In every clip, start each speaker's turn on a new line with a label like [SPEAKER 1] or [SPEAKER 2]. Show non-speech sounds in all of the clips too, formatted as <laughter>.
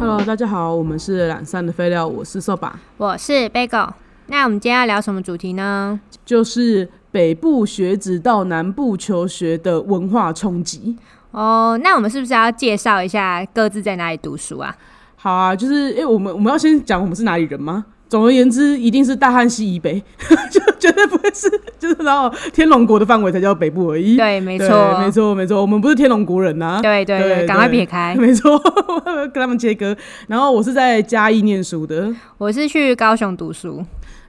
[SPEAKER 1] Hello，大家好，我们是懒散的废料，我是扫把，
[SPEAKER 2] 我是 Bagel。那我们今天要聊什么主题呢？
[SPEAKER 1] 就是北部学子到南部求学的文化冲击。
[SPEAKER 2] 哦，那我们是不是要介绍一下各自在哪里读书啊？
[SPEAKER 1] 好啊，就是因为、我们我们要先讲我们是哪里人吗？总而言之，一定是大汉西以北， <laughs> 就绝对不会是就是然后天龙国的范围才叫北部而已。
[SPEAKER 2] 对，没
[SPEAKER 1] 对
[SPEAKER 2] 错，
[SPEAKER 1] 没错，没错，我们不是天龙国人呐、
[SPEAKER 2] 对对
[SPEAKER 1] 对
[SPEAKER 2] 对，赶快
[SPEAKER 1] 对
[SPEAKER 2] 撇开。
[SPEAKER 1] 没错，跟他们切割。然后我是在嘉义念书的，
[SPEAKER 2] <laughs> 我是去高雄读书，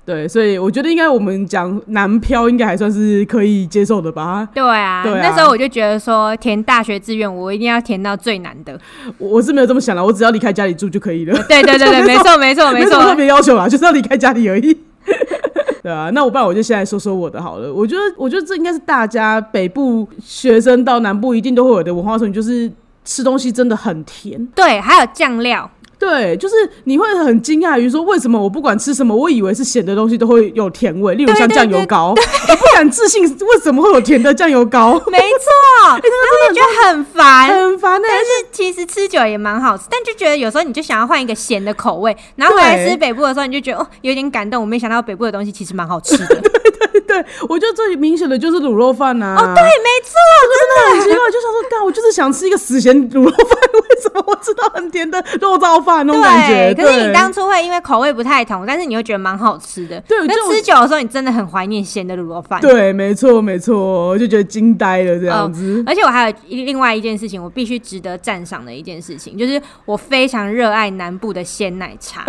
[SPEAKER 1] 对，所以我觉得应该我们讲南漂应该还算是可以接受的吧。
[SPEAKER 2] 对啊，
[SPEAKER 1] 对啊
[SPEAKER 2] 那时候我就觉得说填大学志愿，我一定要填到最难的。
[SPEAKER 1] 我我是没有这么想的，我只要离开家里住就可以了，
[SPEAKER 2] 对对对对，
[SPEAKER 1] <laughs> 没
[SPEAKER 2] 没错没错
[SPEAKER 1] 没
[SPEAKER 2] 没
[SPEAKER 1] 什么特
[SPEAKER 2] 错。
[SPEAKER 1] 别要求啦，就是要离开家里而已。 <laughs> 对啊，那我不然我就现在说说我的好了。我觉得，我觉得这应该是大家北部学生到南部一定都会有的文化冲击，就是吃东西真的很甜。
[SPEAKER 2] 对，还有酱料，
[SPEAKER 1] 对，就是你会很惊讶于说，为什么我不管吃什么，我以为是咸的东西都会有甜味，例如
[SPEAKER 2] 对
[SPEAKER 1] 像
[SPEAKER 2] 对
[SPEAKER 1] 酱油
[SPEAKER 2] 对
[SPEAKER 1] 膏， <laughs> 我不敢置信为什么会有甜的酱油
[SPEAKER 2] <laughs>
[SPEAKER 1] 膏，<laughs>
[SPEAKER 2] 没错，
[SPEAKER 1] 哎
[SPEAKER 2] 然后就觉得很烦。
[SPEAKER 1] 很烦欸呢、
[SPEAKER 2] 但是其实吃久了也蛮好吃，但就觉得有时候你就想要换一个咸的口味，然后回来
[SPEAKER 1] 对
[SPEAKER 2] 吃北部的时候，你就觉得哦有点感动，我没想到北部的东西其实蛮好 <laughs> 吃的。
[SPEAKER 1] 对，我觉得最明显的就是卤肉饭呐、哦，对，
[SPEAKER 2] 没错，
[SPEAKER 1] 很奇怪，就想说，干， <laughs> 我就是想吃一个死咸卤肉饭， <laughs> 为什么我吃到很甜的肉燥饭那种感觉？
[SPEAKER 2] 对。可是
[SPEAKER 1] 对
[SPEAKER 2] 你当初会因为口味不太同，但是你会觉得蛮好吃的。
[SPEAKER 1] 对就
[SPEAKER 2] 那吃久的时候，你真的很怀念咸的卤肉饭。
[SPEAKER 1] 对，没错没错，我就觉得惊呆了这样子。
[SPEAKER 2] 而且我还有一另外一件事情，我必须值得赞赏的一件事情，就是我非常热爱南部的鲜奶 <laughs> 茶，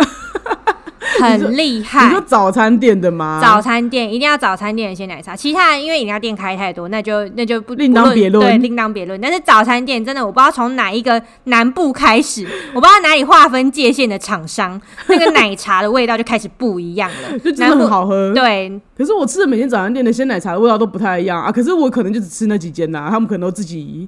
[SPEAKER 2] 很厉害
[SPEAKER 1] 你说。早餐店的吗？
[SPEAKER 2] 早餐店一定要早餐店的鲜奶茶，其他人因为饮料店开太多，那就那就不
[SPEAKER 1] 另当
[SPEAKER 2] 不论
[SPEAKER 1] 别论
[SPEAKER 2] 对，另当别论。但是早餐店真的，我不知道从哪一个南部开始，我不知道哪里划分界限的厂商，那个奶茶的味道就开始不一样
[SPEAKER 1] <laughs>
[SPEAKER 2] 了
[SPEAKER 1] 就。真的
[SPEAKER 2] 南
[SPEAKER 1] 很
[SPEAKER 2] 部
[SPEAKER 1] 好喝，
[SPEAKER 2] 对
[SPEAKER 1] 可是我吃的每天早餐店的鲜奶茶的味道都不太一样啊。可是我可能就只吃那几间呐、他们可能都自己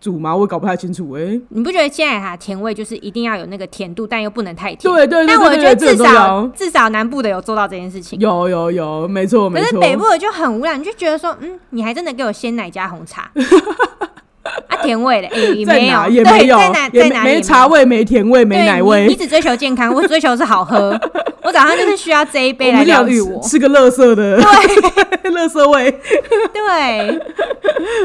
[SPEAKER 1] 煮嘛，我也搞不太清楚哎、
[SPEAKER 2] 你不觉得鲜奶茶甜味就是一定要有那个甜度，但又不能太甜？
[SPEAKER 1] 对对对
[SPEAKER 2] 但我
[SPEAKER 1] 对
[SPEAKER 2] 觉得
[SPEAKER 1] 对这
[SPEAKER 2] 至
[SPEAKER 1] 很重
[SPEAKER 2] 少
[SPEAKER 1] 要
[SPEAKER 2] 至少南部的有做到这件事情，
[SPEAKER 1] 有有有，没错哦没
[SPEAKER 2] 可是
[SPEAKER 1] 错。
[SPEAKER 2] 北部的就很无聊，你就觉得说，嗯，你还真的给我鲜奶加
[SPEAKER 1] <laughs>
[SPEAKER 2] 红茶，啊，甜味的，哎、也
[SPEAKER 1] 在
[SPEAKER 2] 没
[SPEAKER 1] 哪
[SPEAKER 2] 有，
[SPEAKER 1] 也
[SPEAKER 2] 对
[SPEAKER 1] 没有
[SPEAKER 2] 在哪，
[SPEAKER 1] 也
[SPEAKER 2] 在
[SPEAKER 1] 没
[SPEAKER 2] 哪里也
[SPEAKER 1] 没茶味，没甜味，
[SPEAKER 2] 对
[SPEAKER 1] 没奶
[SPEAKER 2] 你，你
[SPEAKER 1] 味。
[SPEAKER 2] 只追求健康，我追求的是
[SPEAKER 1] <laughs>
[SPEAKER 2] 好喝，我早上就是需要这一杯来
[SPEAKER 1] 们
[SPEAKER 2] 疗
[SPEAKER 1] 想
[SPEAKER 2] 愈
[SPEAKER 1] 吃
[SPEAKER 2] 我，
[SPEAKER 1] 吃个乐色 <laughs> 的，
[SPEAKER 2] 对
[SPEAKER 1] 乐色味。 <laughs>
[SPEAKER 2] 对，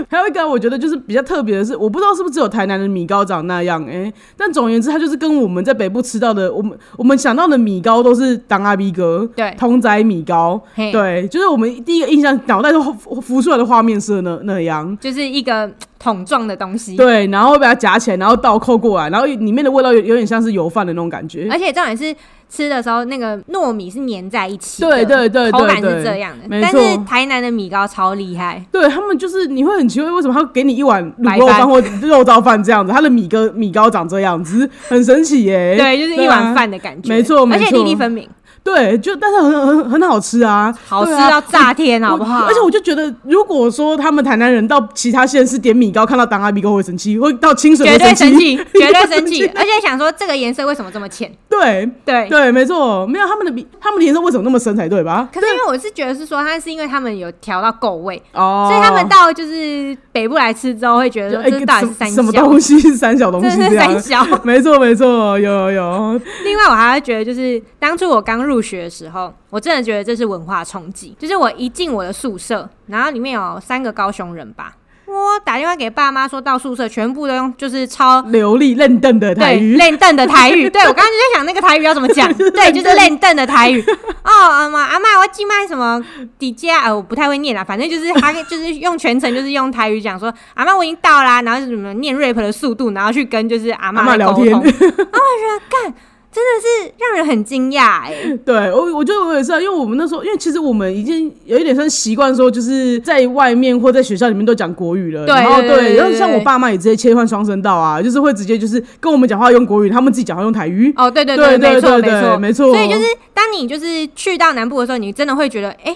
[SPEAKER 1] 还有一个我觉得就是比较特别的是，我不知道是不是只有台南的米糕长那样哎、欸但总而言之，它就是跟我们在北部吃到的，我们我们想到的米糕都是当阿逼哥，
[SPEAKER 2] 对
[SPEAKER 1] 通仔米糕，
[SPEAKER 2] 嘿，
[SPEAKER 1] 对，就是我们第一个印象脑袋都浮浮出来的画面是那那样。
[SPEAKER 2] 就是一个桶状的东西，
[SPEAKER 1] 对，然后会把它夹起来，然后倒扣过来，然后里面的味道有有点像是油饭的那种感觉。
[SPEAKER 2] 而且重点是吃的时候那个糯米是粘在一起的，
[SPEAKER 1] 对对对
[SPEAKER 2] 口感
[SPEAKER 1] 对对
[SPEAKER 2] 是这样的，
[SPEAKER 1] 没
[SPEAKER 2] 但
[SPEAKER 1] 错
[SPEAKER 2] 是台南的米糕超厉害，
[SPEAKER 1] 对他们就是你会很奇怪，为什么他会给你一碗卤
[SPEAKER 2] 白
[SPEAKER 1] 肉饭
[SPEAKER 2] 饭
[SPEAKER 1] 或肉燥饭这样子？他的米糕米糕长这样子，很神奇耶、
[SPEAKER 2] 对，就是一
[SPEAKER 1] 对啊
[SPEAKER 2] 碗饭的感觉，
[SPEAKER 1] 没错没
[SPEAKER 2] 而且
[SPEAKER 1] 错
[SPEAKER 2] 粒粒分明，
[SPEAKER 1] 对，就但是很很很好吃啊，
[SPEAKER 2] 好吃
[SPEAKER 1] 对啊
[SPEAKER 2] 到炸天，好不
[SPEAKER 1] 我
[SPEAKER 2] 好？
[SPEAKER 1] 而且我就觉得，如果说他们台南人到其他县市点米糕，看到当阿米糕会生气，会到清水
[SPEAKER 2] 绝
[SPEAKER 1] 会
[SPEAKER 2] 对生
[SPEAKER 1] 气， <laughs>
[SPEAKER 2] 气，绝对生气，而且想说这个颜色为什么这么浅？
[SPEAKER 1] 对
[SPEAKER 2] 对。
[SPEAKER 1] 对，没错，没有他们的米，他们的颜色为什么那么深才对吧？
[SPEAKER 2] 可是因为我是觉得是说，它是因为他们有调到够味，
[SPEAKER 1] 哦，
[SPEAKER 2] 所以他们到就是北部来吃之后，会觉
[SPEAKER 1] 就
[SPEAKER 2] 得说
[SPEAKER 1] 哎
[SPEAKER 2] 这到底是
[SPEAKER 1] 什
[SPEAKER 2] 三
[SPEAKER 1] 什么
[SPEAKER 2] 小，
[SPEAKER 1] 东西是三小东西
[SPEAKER 2] 真的
[SPEAKER 1] 这
[SPEAKER 2] 是
[SPEAKER 1] 样
[SPEAKER 2] 三。小。 <laughs>
[SPEAKER 1] 没错，没错，有有有，
[SPEAKER 2] 另外，我还会觉得就是当初我刚入学的时候，我真的觉得这是文化冲击。就是我一进我的宿舍，然后里面有三个高雄人吧，我打电话给爸妈说到宿舍，全部都用就是超
[SPEAKER 1] 流利嫩嫩的台
[SPEAKER 2] 对，
[SPEAKER 1] 语，
[SPEAKER 2] 练凳的
[SPEAKER 1] <laughs>
[SPEAKER 2] 台语。对我刚刚就在想那个台语要怎么讲，对，就是练凳的
[SPEAKER 1] <laughs>
[SPEAKER 2] 台语。哦，阿妈阿妈，我要寄卖什么底价？呃，我不太会念啦，反正就是他就是用全程就是用台语讲说，阿妈我已经到啦，然后是什么念 rap 的速度，然后去跟就是阿
[SPEAKER 1] 阿嬷
[SPEAKER 2] 妈
[SPEAKER 1] 聊
[SPEAKER 2] 沟通。
[SPEAKER 1] 天 <laughs>
[SPEAKER 2] 阿妈觉得干。真的是让人很惊讶哎，
[SPEAKER 1] 对我，我觉得我也是啊，因为我们那时候，因为其实我们已经有一点算习惯说，就是在外面或在学校里面都讲国语了。
[SPEAKER 2] 对
[SPEAKER 1] 然后
[SPEAKER 2] 对对对
[SPEAKER 1] 然后
[SPEAKER 2] 对
[SPEAKER 1] 像我爸妈也直接切换双声道啊，就是会直接就是跟我们讲话用国语，他们自己讲话用台语。
[SPEAKER 2] 哦，对对
[SPEAKER 1] 对
[SPEAKER 2] 没错
[SPEAKER 1] 对
[SPEAKER 2] 没
[SPEAKER 1] 对
[SPEAKER 2] 错
[SPEAKER 1] 没错
[SPEAKER 2] 所以就是当你就是去到南部的时候，你真的会觉得，哎、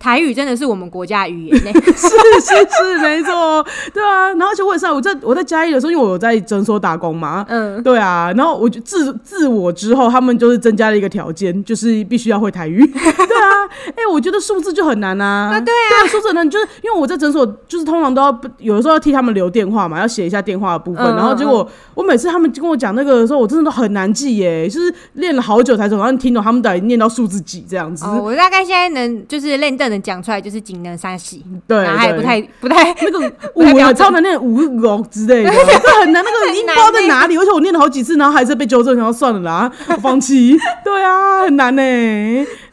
[SPEAKER 2] 台语真的是我们国家的语言
[SPEAKER 1] <laughs>
[SPEAKER 2] 欸
[SPEAKER 1] <laughs>
[SPEAKER 2] 呢、
[SPEAKER 1] 是是是，没错，对啊。然后而且我也是啊，我在我在嘉义的时候，因为我有在诊所打工嘛，
[SPEAKER 2] 嗯，
[SPEAKER 1] <laughs> 对啊。然后我就自自我之后，他们就是增加了一个条件，就是必须要会台语。 <laughs> 对啊，哎、我觉得数字就很难啊。
[SPEAKER 2] 啊对啊
[SPEAKER 1] 对啊，说真的，你就是因为我在诊所，就是通常都要有的时候要替他们留电话嘛，要写一下电话的部分。
[SPEAKER 2] 嗯
[SPEAKER 1] 然后结果我每次他们跟我讲那个的时候，我真的都很难记耶，就是练了好久才总算听懂他们到底念到数字几这样子。
[SPEAKER 2] 哦，我大概现在能就是认真能讲出来，就是仅能三喜，
[SPEAKER 1] 对，
[SPEAKER 2] 然后还
[SPEAKER 1] 对
[SPEAKER 2] 不太不太
[SPEAKER 1] 那个
[SPEAKER 2] <laughs> 不太
[SPEAKER 1] 五
[SPEAKER 2] 标
[SPEAKER 1] 啊，
[SPEAKER 2] 准
[SPEAKER 1] 超难念五龙之类
[SPEAKER 2] <laughs>
[SPEAKER 1] 的，这很难。那个
[SPEAKER 2] 很
[SPEAKER 1] 音不
[SPEAKER 2] 难
[SPEAKER 1] 知道在
[SPEAKER 2] 欸
[SPEAKER 1] 哪里，而且我念了好几次，然后还是被纠正，然后算了啦， <laughs> 我放弃。对啊，很难呢、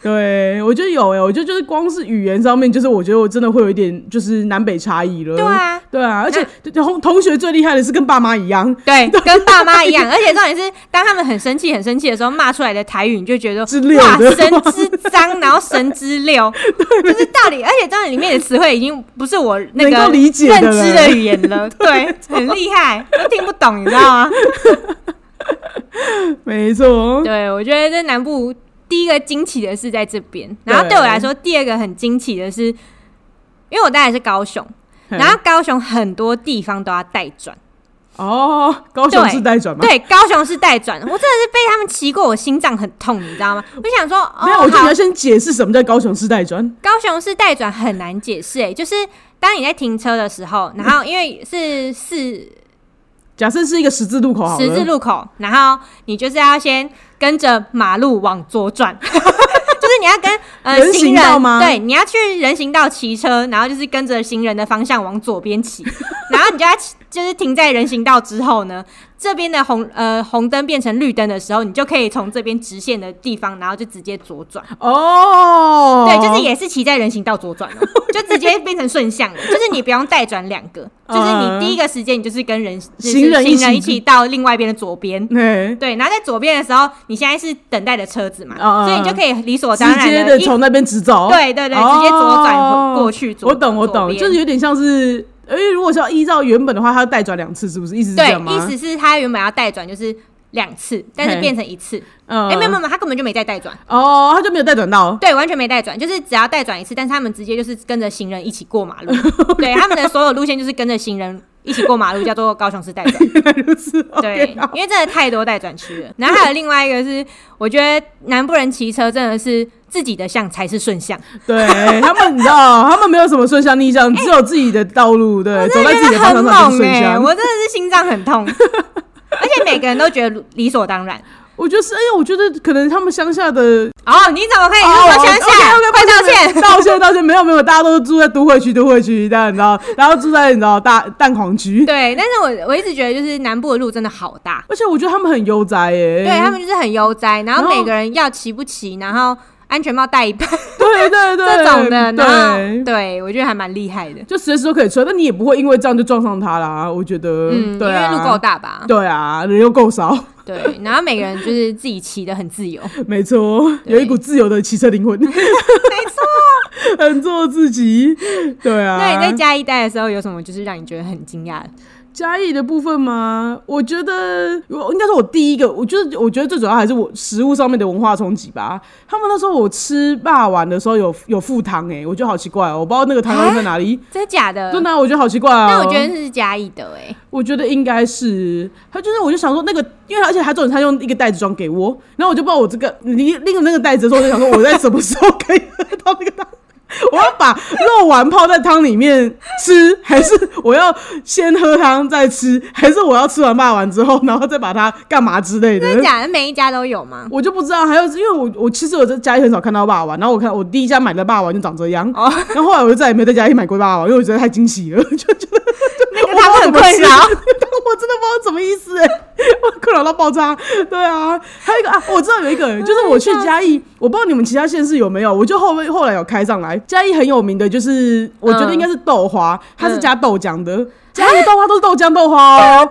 [SPEAKER 1] 对，我觉得有哎、我觉得就是光是语言上面，就是我觉得我真的会有一点就是南北差异了。
[SPEAKER 2] 对啊。
[SPEAKER 1] 对啊，而且同同学最厉害的是跟爸妈一样
[SPEAKER 2] <laughs> 对，跟爸妈一样，而且重点是，当他们很生气、很生气的时候，骂出来的台语，你就觉得
[SPEAKER 1] 之六
[SPEAKER 2] 哇，
[SPEAKER 1] 的
[SPEAKER 2] 神之脏，然后神之
[SPEAKER 1] <laughs>
[SPEAKER 2] 六，就是到底，而且当然里面的词汇已经不是我那
[SPEAKER 1] 能
[SPEAKER 2] 个
[SPEAKER 1] 够理解的
[SPEAKER 2] 认知
[SPEAKER 1] 了
[SPEAKER 2] 的语言
[SPEAKER 1] <laughs>
[SPEAKER 2] 了，对，很厉害，都听不懂，你知道吗？
[SPEAKER 1] 没错。
[SPEAKER 2] 对，我觉得这南部第一个惊奇的是在这边，然后对我来说，第二个很惊奇的是，因为我当然是高雄，
[SPEAKER 1] 嘿
[SPEAKER 2] 啊然后高雄很多地方都要带转，
[SPEAKER 1] 哦，高雄市代转吗？
[SPEAKER 2] 对，高雄是带转，我真的是被他们骑过，我心脏很痛，你
[SPEAKER 1] <laughs>
[SPEAKER 2] 知道吗？我就想说，
[SPEAKER 1] 没有，我
[SPEAKER 2] 哦，
[SPEAKER 1] 就你
[SPEAKER 2] 好
[SPEAKER 1] 要，先解释什么叫高雄市代转。
[SPEAKER 2] 高雄是带转很难解释，哎，就是当你在停车的时候，然后因为是四
[SPEAKER 1] 假设是一个十字路口好了，
[SPEAKER 2] 十字路口，然后你就是要先跟着马路往左转， <laughs> 就是你要跟呃
[SPEAKER 1] 人行
[SPEAKER 2] 行
[SPEAKER 1] 道
[SPEAKER 2] 人
[SPEAKER 1] 吗
[SPEAKER 2] 对，你要去人行道骑车，然后就是跟着行人的方向往左边骑， <laughs> 然后你就要骑就是停在人行道之后呢，这边的红呃红灯变成绿灯的时候，你就可以从这边直线的地方，然后就直接左转。
[SPEAKER 1] 哦，
[SPEAKER 2] 对，就是也是骑在人行道左
[SPEAKER 1] <laughs>
[SPEAKER 2] 转哦，就直接变成顺向了，就是你不用带转两个，就是
[SPEAKER 1] 嗯
[SPEAKER 2] 你第一个时间你就是跟人就是
[SPEAKER 1] 行人一
[SPEAKER 2] 行人
[SPEAKER 1] 起
[SPEAKER 2] 一起到另外一边的左边。
[SPEAKER 1] 嘿。
[SPEAKER 2] 对，然后在左边的时候，你现在是等待的车子嘛，
[SPEAKER 1] 嗯嗯
[SPEAKER 2] 所以你就
[SPEAKER 1] 嗯
[SPEAKER 2] 可以理所当
[SPEAKER 1] 直
[SPEAKER 2] 然
[SPEAKER 1] 接
[SPEAKER 2] 的
[SPEAKER 1] 的从那边直走，
[SPEAKER 2] 对对对，
[SPEAKER 1] 哦
[SPEAKER 2] 直接左转回过去。左
[SPEAKER 1] 我懂，我
[SPEAKER 2] 左
[SPEAKER 1] 懂，
[SPEAKER 2] 边
[SPEAKER 1] 就是有点像是，因为如果是要依照原本的话，它要带转两次，是不是？意思是这
[SPEAKER 2] 对
[SPEAKER 1] 样，吗？
[SPEAKER 2] 意思是他原本要带转就是两次，但是
[SPEAKER 1] 嘿
[SPEAKER 2] 变成一次。
[SPEAKER 1] 嗯，
[SPEAKER 2] 哎、没有没有，没有他根本就没在带转，
[SPEAKER 1] 哦，他就没有带转
[SPEAKER 2] <laughs>
[SPEAKER 1] 到，
[SPEAKER 2] 对，完全没带转，就是只要带转一次，但是他们直接就是跟着行人一起过马
[SPEAKER 1] <laughs>
[SPEAKER 2] 路。对，他们的所有路线就是跟着行人一起过马路，叫做高雄市带
[SPEAKER 1] <laughs>
[SPEAKER 2] 转。
[SPEAKER 1] 原来如此。
[SPEAKER 2] 对
[SPEAKER 1] OK，好，
[SPEAKER 2] 因为真的太多待转区了。然后还有另外一个是，我觉得南部人骑车真的是自己的向才是顺向，
[SPEAKER 1] 对他们，你知道，他们没有什么顺向逆向，只有自己的道路，对，走在自己的方向上
[SPEAKER 2] 很
[SPEAKER 1] 就是
[SPEAKER 2] 猛
[SPEAKER 1] 顺
[SPEAKER 2] 哎、
[SPEAKER 1] 向。
[SPEAKER 2] 我真的是心脏
[SPEAKER 1] <laughs>
[SPEAKER 2] 很痛。而且每个人都觉得理所当然。
[SPEAKER 1] 我觉得是，因为我觉得可能他们乡下的
[SPEAKER 2] 哦，你怎么可以
[SPEAKER 1] 哦
[SPEAKER 2] 这么乡下？
[SPEAKER 1] OK，OK，
[SPEAKER 2] 快道歉！
[SPEAKER 1] 道歉道歉，没有没有，大家都住在都会区，都会区，大家你知道，然后住在你知道大蛋黄区，
[SPEAKER 2] 对，但是我我一直觉得就是南部的路真的好大，
[SPEAKER 1] 而且我觉得他们很悠哉耶，
[SPEAKER 2] 对他们就是很悠哉，然
[SPEAKER 1] 然
[SPEAKER 2] 后
[SPEAKER 1] 后
[SPEAKER 2] 每个人要骑不骑，然后安全帽戴一半
[SPEAKER 1] <laughs> 对对对，
[SPEAKER 2] 这种的，然后
[SPEAKER 1] 对，
[SPEAKER 2] 对我觉得还蛮厉害的。
[SPEAKER 1] 就随时都可以吹，但你也不会因为这样就撞上他啦。我觉得，
[SPEAKER 2] 嗯，因
[SPEAKER 1] 对
[SPEAKER 2] 为
[SPEAKER 1] 啊，
[SPEAKER 2] 路够大吧？
[SPEAKER 1] 对啊，人又够少， <laughs>
[SPEAKER 2] 对，然后每个人就是自己骑的很自由，
[SPEAKER 1] 没错，
[SPEAKER 2] 对
[SPEAKER 1] 有一股自由的骑车灵魂， <laughs> 没错，很做自己，对啊。
[SPEAKER 2] 那你在嘉义待的时候有什么就是让你觉得很惊讶的？
[SPEAKER 1] 嘉义的部分吗？我觉得我应该是我第一个，我觉得我觉得最主要还是我食物上面的文化冲击吧。他们那时候我吃霸碗的时候有有附糖哎、我觉得好奇怪哦、我不知道那个糖在哪里。
[SPEAKER 2] 真的假的？
[SPEAKER 1] 真的啊、我觉得好奇怪哦、
[SPEAKER 2] 但我觉得是嘉义的哎、
[SPEAKER 1] 我觉得应该是他，就是我就想说那个，因为而且他总他用一个袋子装给我，然后我就不知道我这个拎拎着那个袋子的时候，我就想说我在什么时候可以喝到那个汤？我要把肉丸泡在汤里面吃，还是我要先喝汤再吃，还是我要吃完霸丸之后，然后再把它干嘛之类的
[SPEAKER 2] 真？的假的？每一家都有
[SPEAKER 1] <laughs>
[SPEAKER 2] 吗？
[SPEAKER 1] 我就不知道，还有因为我我其实我在家里很少看到霸王，然后我看我第一家买的霸王就长这样，
[SPEAKER 2] 哦
[SPEAKER 1] 然后后来我就再也没有在家里买过霸王，因为我觉得太惊喜了， <laughs> 就觉得那
[SPEAKER 2] 个他很困扰
[SPEAKER 1] 我真的不知道怎么意思、欸，我困扰到爆炸。对啊，还有一个啊，我知道有一个，就是我去嘉义，我不知道你们其他县市有没有，我就后面后来有开上来，嘉义很有名的就是我
[SPEAKER 2] 嗯
[SPEAKER 1] 觉得应该是豆花，它是加豆浆的，嘉义的豆花都是豆浆豆花哦。
[SPEAKER 2] <laughs> 对啊，哇，好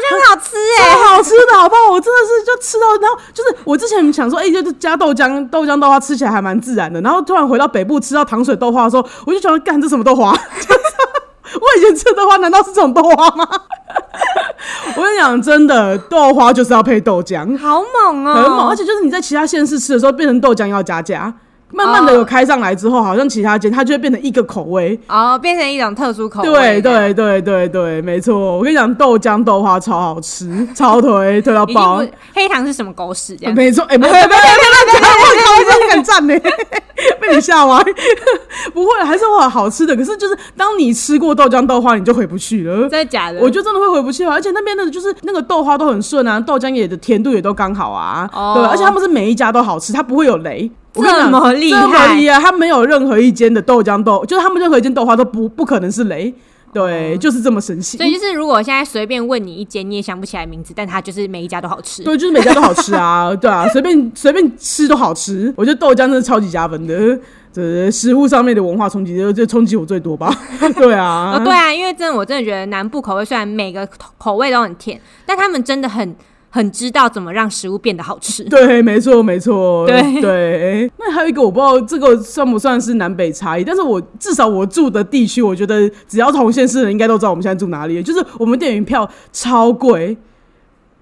[SPEAKER 2] 像很好吃哎、
[SPEAKER 1] <laughs> 超好吃的，好不好？我真的是就吃到，然后就是我之前想说，哎、就是加豆浆、豆浆豆花吃起来还蛮自然的，然后突然回到北部吃到糖水豆花的时候，我就觉得干这什么豆花？ <laughs> 就是我以前吃的豆花难道是这种豆花吗？我跟你讲，真的豆花就是要配豆浆，
[SPEAKER 2] 好猛哦、
[SPEAKER 1] 很猛，而且就是你在其他县市吃的时候变成豆浆要加价。慢慢的有开上来之后，好像其他间它就会变成一个口味。
[SPEAKER 2] 哦，变成一种特殊口味。
[SPEAKER 1] 对，对对对对，没错。我跟你讲，豆浆豆花超好吃，超推推到
[SPEAKER 2] 已经
[SPEAKER 1] 爆
[SPEAKER 2] 不。黑糖是什么狗屎这样。
[SPEAKER 1] 没错，哎、不会，不会，不会，不会，不会，不会，敢站呢，被你吓歪。不会，还是会有好吃的。可是就是当你吃过豆浆豆花，你就回不去了。
[SPEAKER 2] 真的假的？
[SPEAKER 1] 我就真的会回不去了，而且那边的就是那个豆花都很顺啊，豆浆也的甜度也都刚好啊，
[SPEAKER 2] 哦
[SPEAKER 1] 对，而且他们是每一家都好吃，它不会有雷。我跟你讲
[SPEAKER 2] 这么厉害
[SPEAKER 1] 这么厉害，他没有任何一间的豆浆豆，就是他们任何一间豆花都不不可能是雷，对，就是这么神奇。
[SPEAKER 2] 所以就是，如果我现在随便问你一间，你也想不起来名字，但它就是每一家都好吃。
[SPEAKER 1] 对，就是每家都好吃啊， <laughs> 对啊，随便随便吃都好吃。我觉得豆浆真的超级加分的，这食物上面的文化冲击就就冲击我最多吧。 <laughs> 对啊，
[SPEAKER 2] 哦，对啊，因为真的，我真的觉得南部口味虽然每个口味都很甜，但他们真的很很知道怎么让食物变得好吃。
[SPEAKER 1] 对，没错，没错，
[SPEAKER 2] 对
[SPEAKER 1] 对。那还有一个我不知道这个算不算是南北差异，但是我至少我住的地区，我觉得只要同县市的人应该都知道我们现在住哪里，就是我们电影票超贵。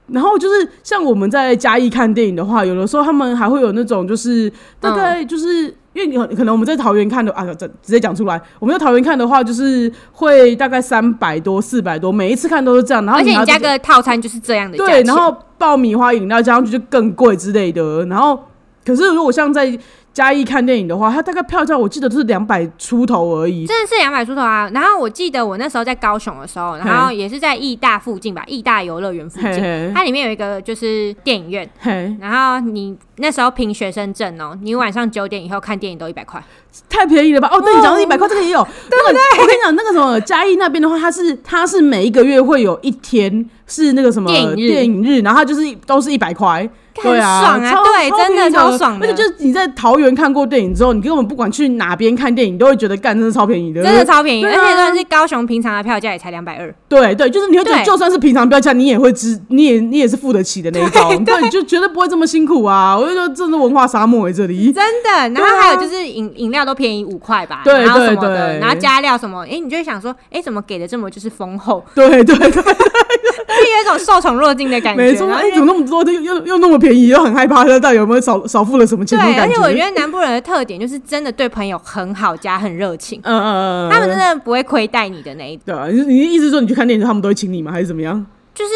[SPEAKER 1] 然后就是像我们在嘉义看电影的话，有的时候他们还会有那种就是大
[SPEAKER 2] 嗯
[SPEAKER 1] 概就是、因为你可可能我们在桃园看的啊，这直接讲出来，我们在桃园看的话
[SPEAKER 2] <laughs>
[SPEAKER 1] 就是会大概三百多、四百多，每一次看都是这样。然后
[SPEAKER 2] 而且
[SPEAKER 1] 还
[SPEAKER 2] 你
[SPEAKER 1] 要
[SPEAKER 2] 加
[SPEAKER 1] 再
[SPEAKER 2] 个套餐就是这样的价
[SPEAKER 1] 对，
[SPEAKER 2] 钱，
[SPEAKER 1] 然后爆米花、饮料加上去就更贵之类的。然后，可是如果像在嘉义看电影的话，它大概票价我记得都是两百出头而已。
[SPEAKER 2] 真的是两百出头啊！然后我记得我那时候在高雄的时候，然后也是在义大附近吧，义大游乐园附
[SPEAKER 1] 嘿
[SPEAKER 2] 近，
[SPEAKER 1] 嘿
[SPEAKER 2] 它里面有一个就是电影院。
[SPEAKER 1] 嘿，
[SPEAKER 2] 然后你那时候凭学生证哦，你晚上九点以后看电影都一百块，
[SPEAKER 1] 太便宜了吧？哦，对，你讲到一百块，这个也有。那个我跟你讲，那个什么嘉义那边的话，它是它是每一个月会有一天是那个什么
[SPEAKER 2] 电影日
[SPEAKER 1] 电影日，然后它就是都是一百块。对啊，
[SPEAKER 2] 很爽啊
[SPEAKER 1] 超
[SPEAKER 2] 对真的
[SPEAKER 1] 便宜
[SPEAKER 2] 超爽的
[SPEAKER 1] 而且就是你在桃园看过电影之后，你根本不管去哪边看电影，你都会觉得干真的超便宜的，
[SPEAKER 2] 真的超便宜，
[SPEAKER 1] 对
[SPEAKER 2] 而
[SPEAKER 1] 啊
[SPEAKER 2] 且算是高雄平常的票价也才两百二。
[SPEAKER 1] 对对，就是你会觉得，
[SPEAKER 2] 对
[SPEAKER 1] 就算是平常标价，你也会知，你也你也是付得起的那
[SPEAKER 2] <laughs>
[SPEAKER 1] 一种，对，就绝对不会这么辛苦啊！我就觉得真的文化沙漠哎、这
[SPEAKER 2] <laughs>
[SPEAKER 1] 里。
[SPEAKER 2] 真的，然后还有就是饮饮料都便宜五块吧，
[SPEAKER 1] 对
[SPEAKER 2] 然后什
[SPEAKER 1] 对
[SPEAKER 2] 么的，
[SPEAKER 1] 对
[SPEAKER 2] 然后加料什么，哎、你就会想说，哎、怎么给的这么就是丰厚， <laughs>
[SPEAKER 1] 对对对，
[SPEAKER 2] 就是有一种受宠若惊的感
[SPEAKER 1] <laughs>
[SPEAKER 2] 觉。
[SPEAKER 1] 没错。
[SPEAKER 2] 然后
[SPEAKER 1] 哎、
[SPEAKER 2] 就
[SPEAKER 1] 怎么那么多？又又又那么便宜，又很害怕，到底有没有少少付了什么钱？那
[SPEAKER 2] 对，
[SPEAKER 1] 种
[SPEAKER 2] 而
[SPEAKER 1] 感
[SPEAKER 2] 且我觉
[SPEAKER 1] 觉，
[SPEAKER 2] 得南部人的特点就是真的对朋友很好加很热情，
[SPEAKER 1] 嗯嗯嗯，
[SPEAKER 2] 他们真的不会亏待你的那一种。
[SPEAKER 1] 对啊，你你意思是说你去看电影，他们都会请你吗？还是怎么
[SPEAKER 2] <laughs>
[SPEAKER 1] 样？
[SPEAKER 2] 就是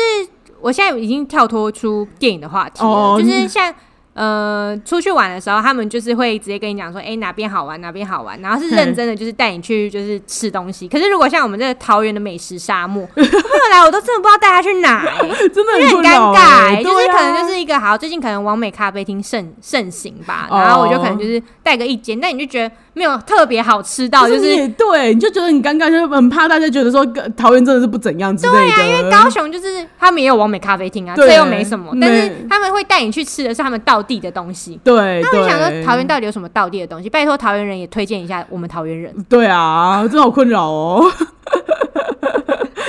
[SPEAKER 2] 我现在已经跳脱出电影的话题了，
[SPEAKER 1] 哦
[SPEAKER 2] 就是像。呃，出去玩的时候，他们就是会直接跟你讲说，哎、哪边好玩，哪边好玩，然后是认真的，就是带你去就是吃东西。可是如果像我们这个桃园的美食
[SPEAKER 1] <laughs>
[SPEAKER 2] 沙漠，后来我都真的不知道带他去哪、欸，
[SPEAKER 1] 真的
[SPEAKER 2] 因为很
[SPEAKER 1] 困
[SPEAKER 2] 尴
[SPEAKER 1] 扰
[SPEAKER 2] 尬、
[SPEAKER 1] 哎、
[SPEAKER 2] 欸，
[SPEAKER 1] 对
[SPEAKER 2] 就是可能
[SPEAKER 1] 啊
[SPEAKER 2] 就是一个好，最近可能完美咖啡厅盛盛行吧，
[SPEAKER 1] 哦
[SPEAKER 2] 然后我就可能就是带个一间，但你就觉得没有特别好吃到，就
[SPEAKER 1] 就是你
[SPEAKER 2] 是
[SPEAKER 1] 也对，你就觉得很尴尬，就是很怕大家觉得说呃桃园真的是不怎样之类的。
[SPEAKER 2] 对啊，因为高雄就是他们也有完美咖啡厅啊，
[SPEAKER 1] 嗯对嗯
[SPEAKER 2] 这又没什么，
[SPEAKER 1] 没
[SPEAKER 2] 但是他们会带你去吃的是他们道地的东西。
[SPEAKER 1] 对，
[SPEAKER 2] 他们想
[SPEAKER 1] 对
[SPEAKER 2] 说桃园到底有什么道地的东西？拜托桃园人也推荐一下我们桃园人。
[SPEAKER 1] 对啊，真好困扰哦， <laughs>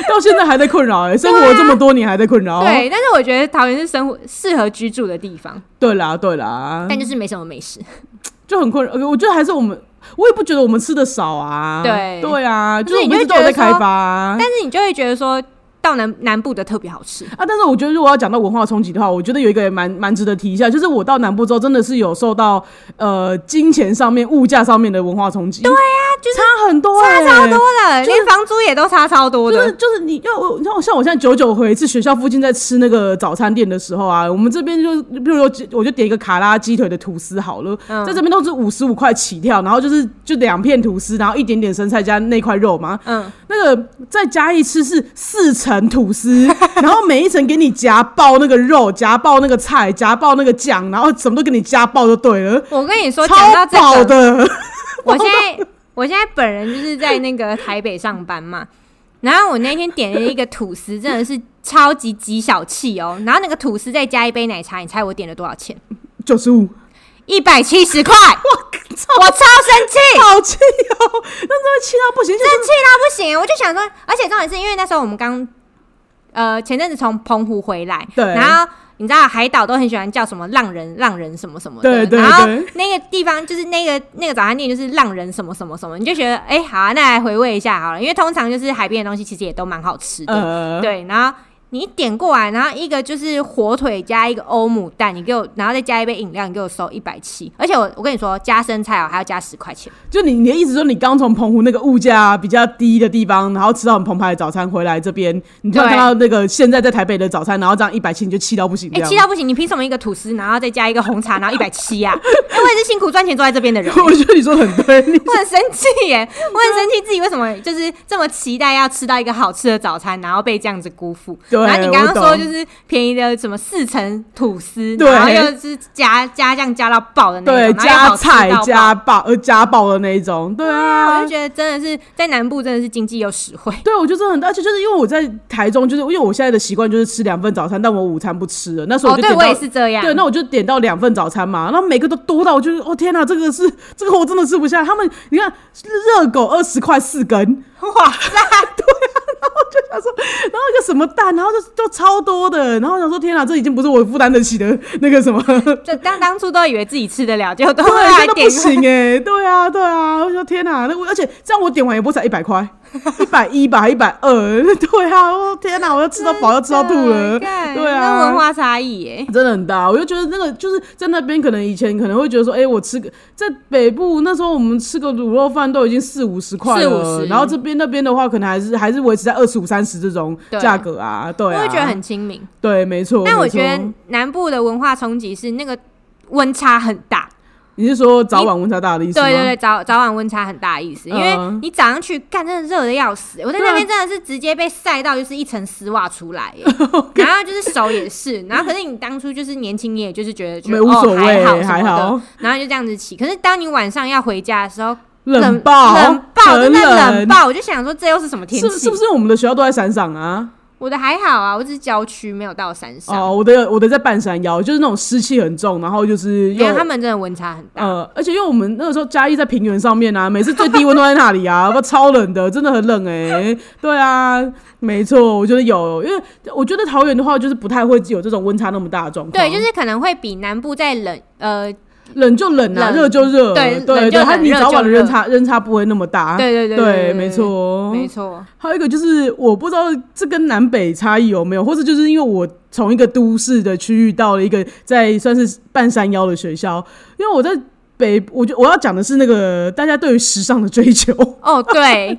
[SPEAKER 1] 到现在还在困扰哎、生活这么多年还在困扰。
[SPEAKER 2] 对，但是我觉得桃园是生活适合居住的地方，
[SPEAKER 1] 对啦，对啦，
[SPEAKER 2] 但就是没什么美食。
[SPEAKER 1] 嗯就很困扰。呃我觉得还是我们，我也不觉得我们吃的少啊。
[SPEAKER 2] 对
[SPEAKER 1] 对啊，
[SPEAKER 2] 可
[SPEAKER 1] 就是是我
[SPEAKER 2] 你
[SPEAKER 1] 们一
[SPEAKER 2] 就会
[SPEAKER 1] 直都有在
[SPEAKER 2] 觉得
[SPEAKER 1] 开
[SPEAKER 2] 说
[SPEAKER 1] 发啊
[SPEAKER 2] 但。是你就会觉得说，到南南部的特别好吃。
[SPEAKER 1] 啊，但是我觉得如果要讲到文化冲击的话，我觉得有一个也蛮蛮值得提一下，就是我到南部之后，真的是有受到呃金钱上面、物价上面的文化冲击。对啊，
[SPEAKER 2] 就是
[SPEAKER 1] 差很多、欸，
[SPEAKER 2] 差超多了，
[SPEAKER 1] 就是
[SPEAKER 2] 连房租也都差超多
[SPEAKER 1] 就是
[SPEAKER 2] 的。
[SPEAKER 1] 就是你要我，你知道像我现在久久回一次学校附近，在吃那个早餐店的时候啊，我们这边就比如说我就点一个卡拉鸡腿的吐司好了，
[SPEAKER 2] 嗯
[SPEAKER 1] 在这边都是五十五块起跳，然后就是就两片吐司，然后一点点生菜加那块肉嘛。
[SPEAKER 2] 嗯，
[SPEAKER 1] 那个再加一次是四层吐司，然后每一层给你夹爆那个肉，夹爆那个菜，夹爆那个酱，然后什么都给你夹爆就对了，
[SPEAKER 2] 我跟你说，讲到
[SPEAKER 1] 超
[SPEAKER 2] 这
[SPEAKER 1] 饱
[SPEAKER 2] 个，
[SPEAKER 1] 的。
[SPEAKER 2] <laughs> 我现在我现在本人就是在那个台北上班嘛，然后我那天点了一个吐司，真的是超级极小气哦。然后那个吐司再加一杯奶茶，你猜我点了多少钱？
[SPEAKER 1] 九十五， <laughs>
[SPEAKER 2] 一百七十块！我超生气，
[SPEAKER 1] 好气哦！那真的气到不行，就是
[SPEAKER 2] 真的气到不行。我就想说，而且重点是因为那时候我们刚呃前阵子从澎湖回来，
[SPEAKER 1] 对
[SPEAKER 2] 然后。你知道海岛都很喜欢叫什么浪人、浪人什么什么的，
[SPEAKER 1] 对对
[SPEAKER 2] 然后
[SPEAKER 1] 对
[SPEAKER 2] 那个地方就是那个那个早餐店就是浪人什么什么什么，你就觉得哎、好啊，那来回味一下好了，因为通常就是海边的东西其实也都蛮好吃的，
[SPEAKER 1] 呃，
[SPEAKER 2] 对，然后。你点过来，然后一个就是火腿加一个欧姆蛋，你给我，然后再加一杯饮料，你给我收一百七。而且我我跟你说，加生菜哦、还要加十块钱。
[SPEAKER 1] 就你你的意思说，你刚从澎湖那个物价比较低的地方，然后吃到很澎湃的早餐回来这边，你突然
[SPEAKER 2] 对
[SPEAKER 1] 看到那个现在在台北的早餐，然后这样一百七你就气到不行，这
[SPEAKER 2] 哎、
[SPEAKER 1] 样。，
[SPEAKER 2] 气到不行！你凭什么一个吐司，然后再加一个红茶，然后一百七呀？哎、我也是辛苦赚钱坐在这边的人
[SPEAKER 1] <laughs> 我觉得你说的很对，
[SPEAKER 2] <laughs>
[SPEAKER 1] 你
[SPEAKER 2] 我很生气耶！
[SPEAKER 1] 啊
[SPEAKER 2] 我很生气自己为什么就是这么期待要吃到一个好吃的早餐，然后被这样子辜负。
[SPEAKER 1] 对
[SPEAKER 2] 然后你刚
[SPEAKER 1] 我
[SPEAKER 2] 刚说
[SPEAKER 1] 懂
[SPEAKER 2] 就是便宜的什么四层吐司，
[SPEAKER 1] 对
[SPEAKER 2] 然后又是加加酱加到爆的那种，
[SPEAKER 1] 对
[SPEAKER 2] 然后又
[SPEAKER 1] 加
[SPEAKER 2] 好吃
[SPEAKER 1] 菜
[SPEAKER 2] 到爆啊
[SPEAKER 1] 加爆呃加爆的那一种，对
[SPEAKER 2] 啊，我
[SPEAKER 1] 啊
[SPEAKER 2] 就，觉得真的是在南部真的是经济又实惠。
[SPEAKER 1] 对，我觉得这很大，而且就是因为我在台中，就是因为我现在的习惯就是吃两份早餐，但我午餐不吃了，那时候
[SPEAKER 2] 哦，
[SPEAKER 1] 我就
[SPEAKER 2] 对
[SPEAKER 1] 点
[SPEAKER 2] 我
[SPEAKER 1] 到、
[SPEAKER 2] 也是这样。
[SPEAKER 1] <laughs> 对，那我就点到两份早餐嘛，然后每个都多到，我就是哦天哪、这个是这个我真的吃不下。他们你看热狗二十块四根，然
[SPEAKER 2] 哇塞，
[SPEAKER 1] 后一个什么蛋，然后就就超多的，然后我想说天哪、啊这已经不是我负担得起的那个什
[SPEAKER 2] <laughs>
[SPEAKER 1] 么。
[SPEAKER 2] 就当当初都以为自己吃得了，结果都后
[SPEAKER 1] <laughs> 对，
[SPEAKER 2] 来
[SPEAKER 1] 真的
[SPEAKER 2] 点
[SPEAKER 1] 不行哎、对啊，对啊，我说天哪、那我而且这样我点完也不过才一百
[SPEAKER 2] <laughs>
[SPEAKER 1] 块，一百一吧，一百二， <laughs> 对啊，我天哪、我要吃到饱，要吃到吐了，
[SPEAKER 2] 嗯干
[SPEAKER 1] 对
[SPEAKER 2] Oh 那文
[SPEAKER 1] 啊。
[SPEAKER 2] 化差异耶。
[SPEAKER 1] 真的很大，我就觉得那个就是在那边，可能以前可能会觉得说，哎、我吃个在北部那时候我们吃个卤肉饭都已经四五十块
[SPEAKER 2] 四五
[SPEAKER 1] 了，
[SPEAKER 2] 十
[SPEAKER 1] 然后这边那边的话，可能还是还是维持在二十五三十这种
[SPEAKER 2] 对
[SPEAKER 1] 价格啊，对
[SPEAKER 2] 我
[SPEAKER 1] 啊，
[SPEAKER 2] 会觉得很亲民，
[SPEAKER 1] 对，没错。
[SPEAKER 2] 但我
[SPEAKER 1] 没错
[SPEAKER 2] 觉得南部的文化冲击是那个温差很大，
[SPEAKER 1] 你是说早晚温差大的意思吗？
[SPEAKER 2] 对对对，早早晚温差很大的意思，因为
[SPEAKER 1] 嗯
[SPEAKER 2] 你早上去干，真的热的要死。我在
[SPEAKER 1] 对啊
[SPEAKER 2] 那边真的是直接被晒到，就是一层丝袜出来
[SPEAKER 1] <laughs>
[SPEAKER 2] 耶，然后就是手也是，然后可是你当初就是年轻，你也就是觉得就
[SPEAKER 1] 没无所谓
[SPEAKER 2] 哦、还好什
[SPEAKER 1] 还
[SPEAKER 2] 么
[SPEAKER 1] 好
[SPEAKER 2] 的，然后就这样子骑。可是当你晚上要回家的时候，
[SPEAKER 1] 冷爆，
[SPEAKER 2] 冷爆，真
[SPEAKER 1] 很
[SPEAKER 2] 的冷
[SPEAKER 1] 冷
[SPEAKER 2] 爆，我就想说这又是什么天
[SPEAKER 1] 是
[SPEAKER 2] 气？
[SPEAKER 1] 是不是我们的学校都在山上啊？
[SPEAKER 2] 我的还好啊，我只是郊区，没有到山上。
[SPEAKER 1] 哦，我的我的在半山腰，就是那种湿气很重，然后就是
[SPEAKER 2] 因
[SPEAKER 1] 又
[SPEAKER 2] 为他们真的温差很大，
[SPEAKER 1] 呃，而且因为我们那个时候嘉义在平原上面啊，每次最低温都在那里啊，不超冷的， <laughs> 真的很冷哎、对啊，没错，我觉得有，因为我觉得桃园的话，就是不太会有这种温差那么大的状况。
[SPEAKER 2] 对，就是可能会比南部再冷，呃，
[SPEAKER 1] 冷就冷啊，
[SPEAKER 2] 冷
[SPEAKER 1] 热就热，
[SPEAKER 2] 对
[SPEAKER 1] 对
[SPEAKER 2] 冷就
[SPEAKER 1] 对，它
[SPEAKER 2] 冷
[SPEAKER 1] 你
[SPEAKER 2] 热
[SPEAKER 1] 早
[SPEAKER 2] 就
[SPEAKER 1] 晚的温
[SPEAKER 2] 热
[SPEAKER 1] 差温差不会那么大。
[SPEAKER 2] 对对对对，
[SPEAKER 1] 没，错，
[SPEAKER 2] 没错，
[SPEAKER 1] 还有一个就是，我不知道这跟南北差异有没有，或者就是因为我从一个都市的区域到了一个在算是半山腰的学校，因为我在北，我就我要讲的是那个大家对于时尚的追求，
[SPEAKER 2] <laughs> 哦，对，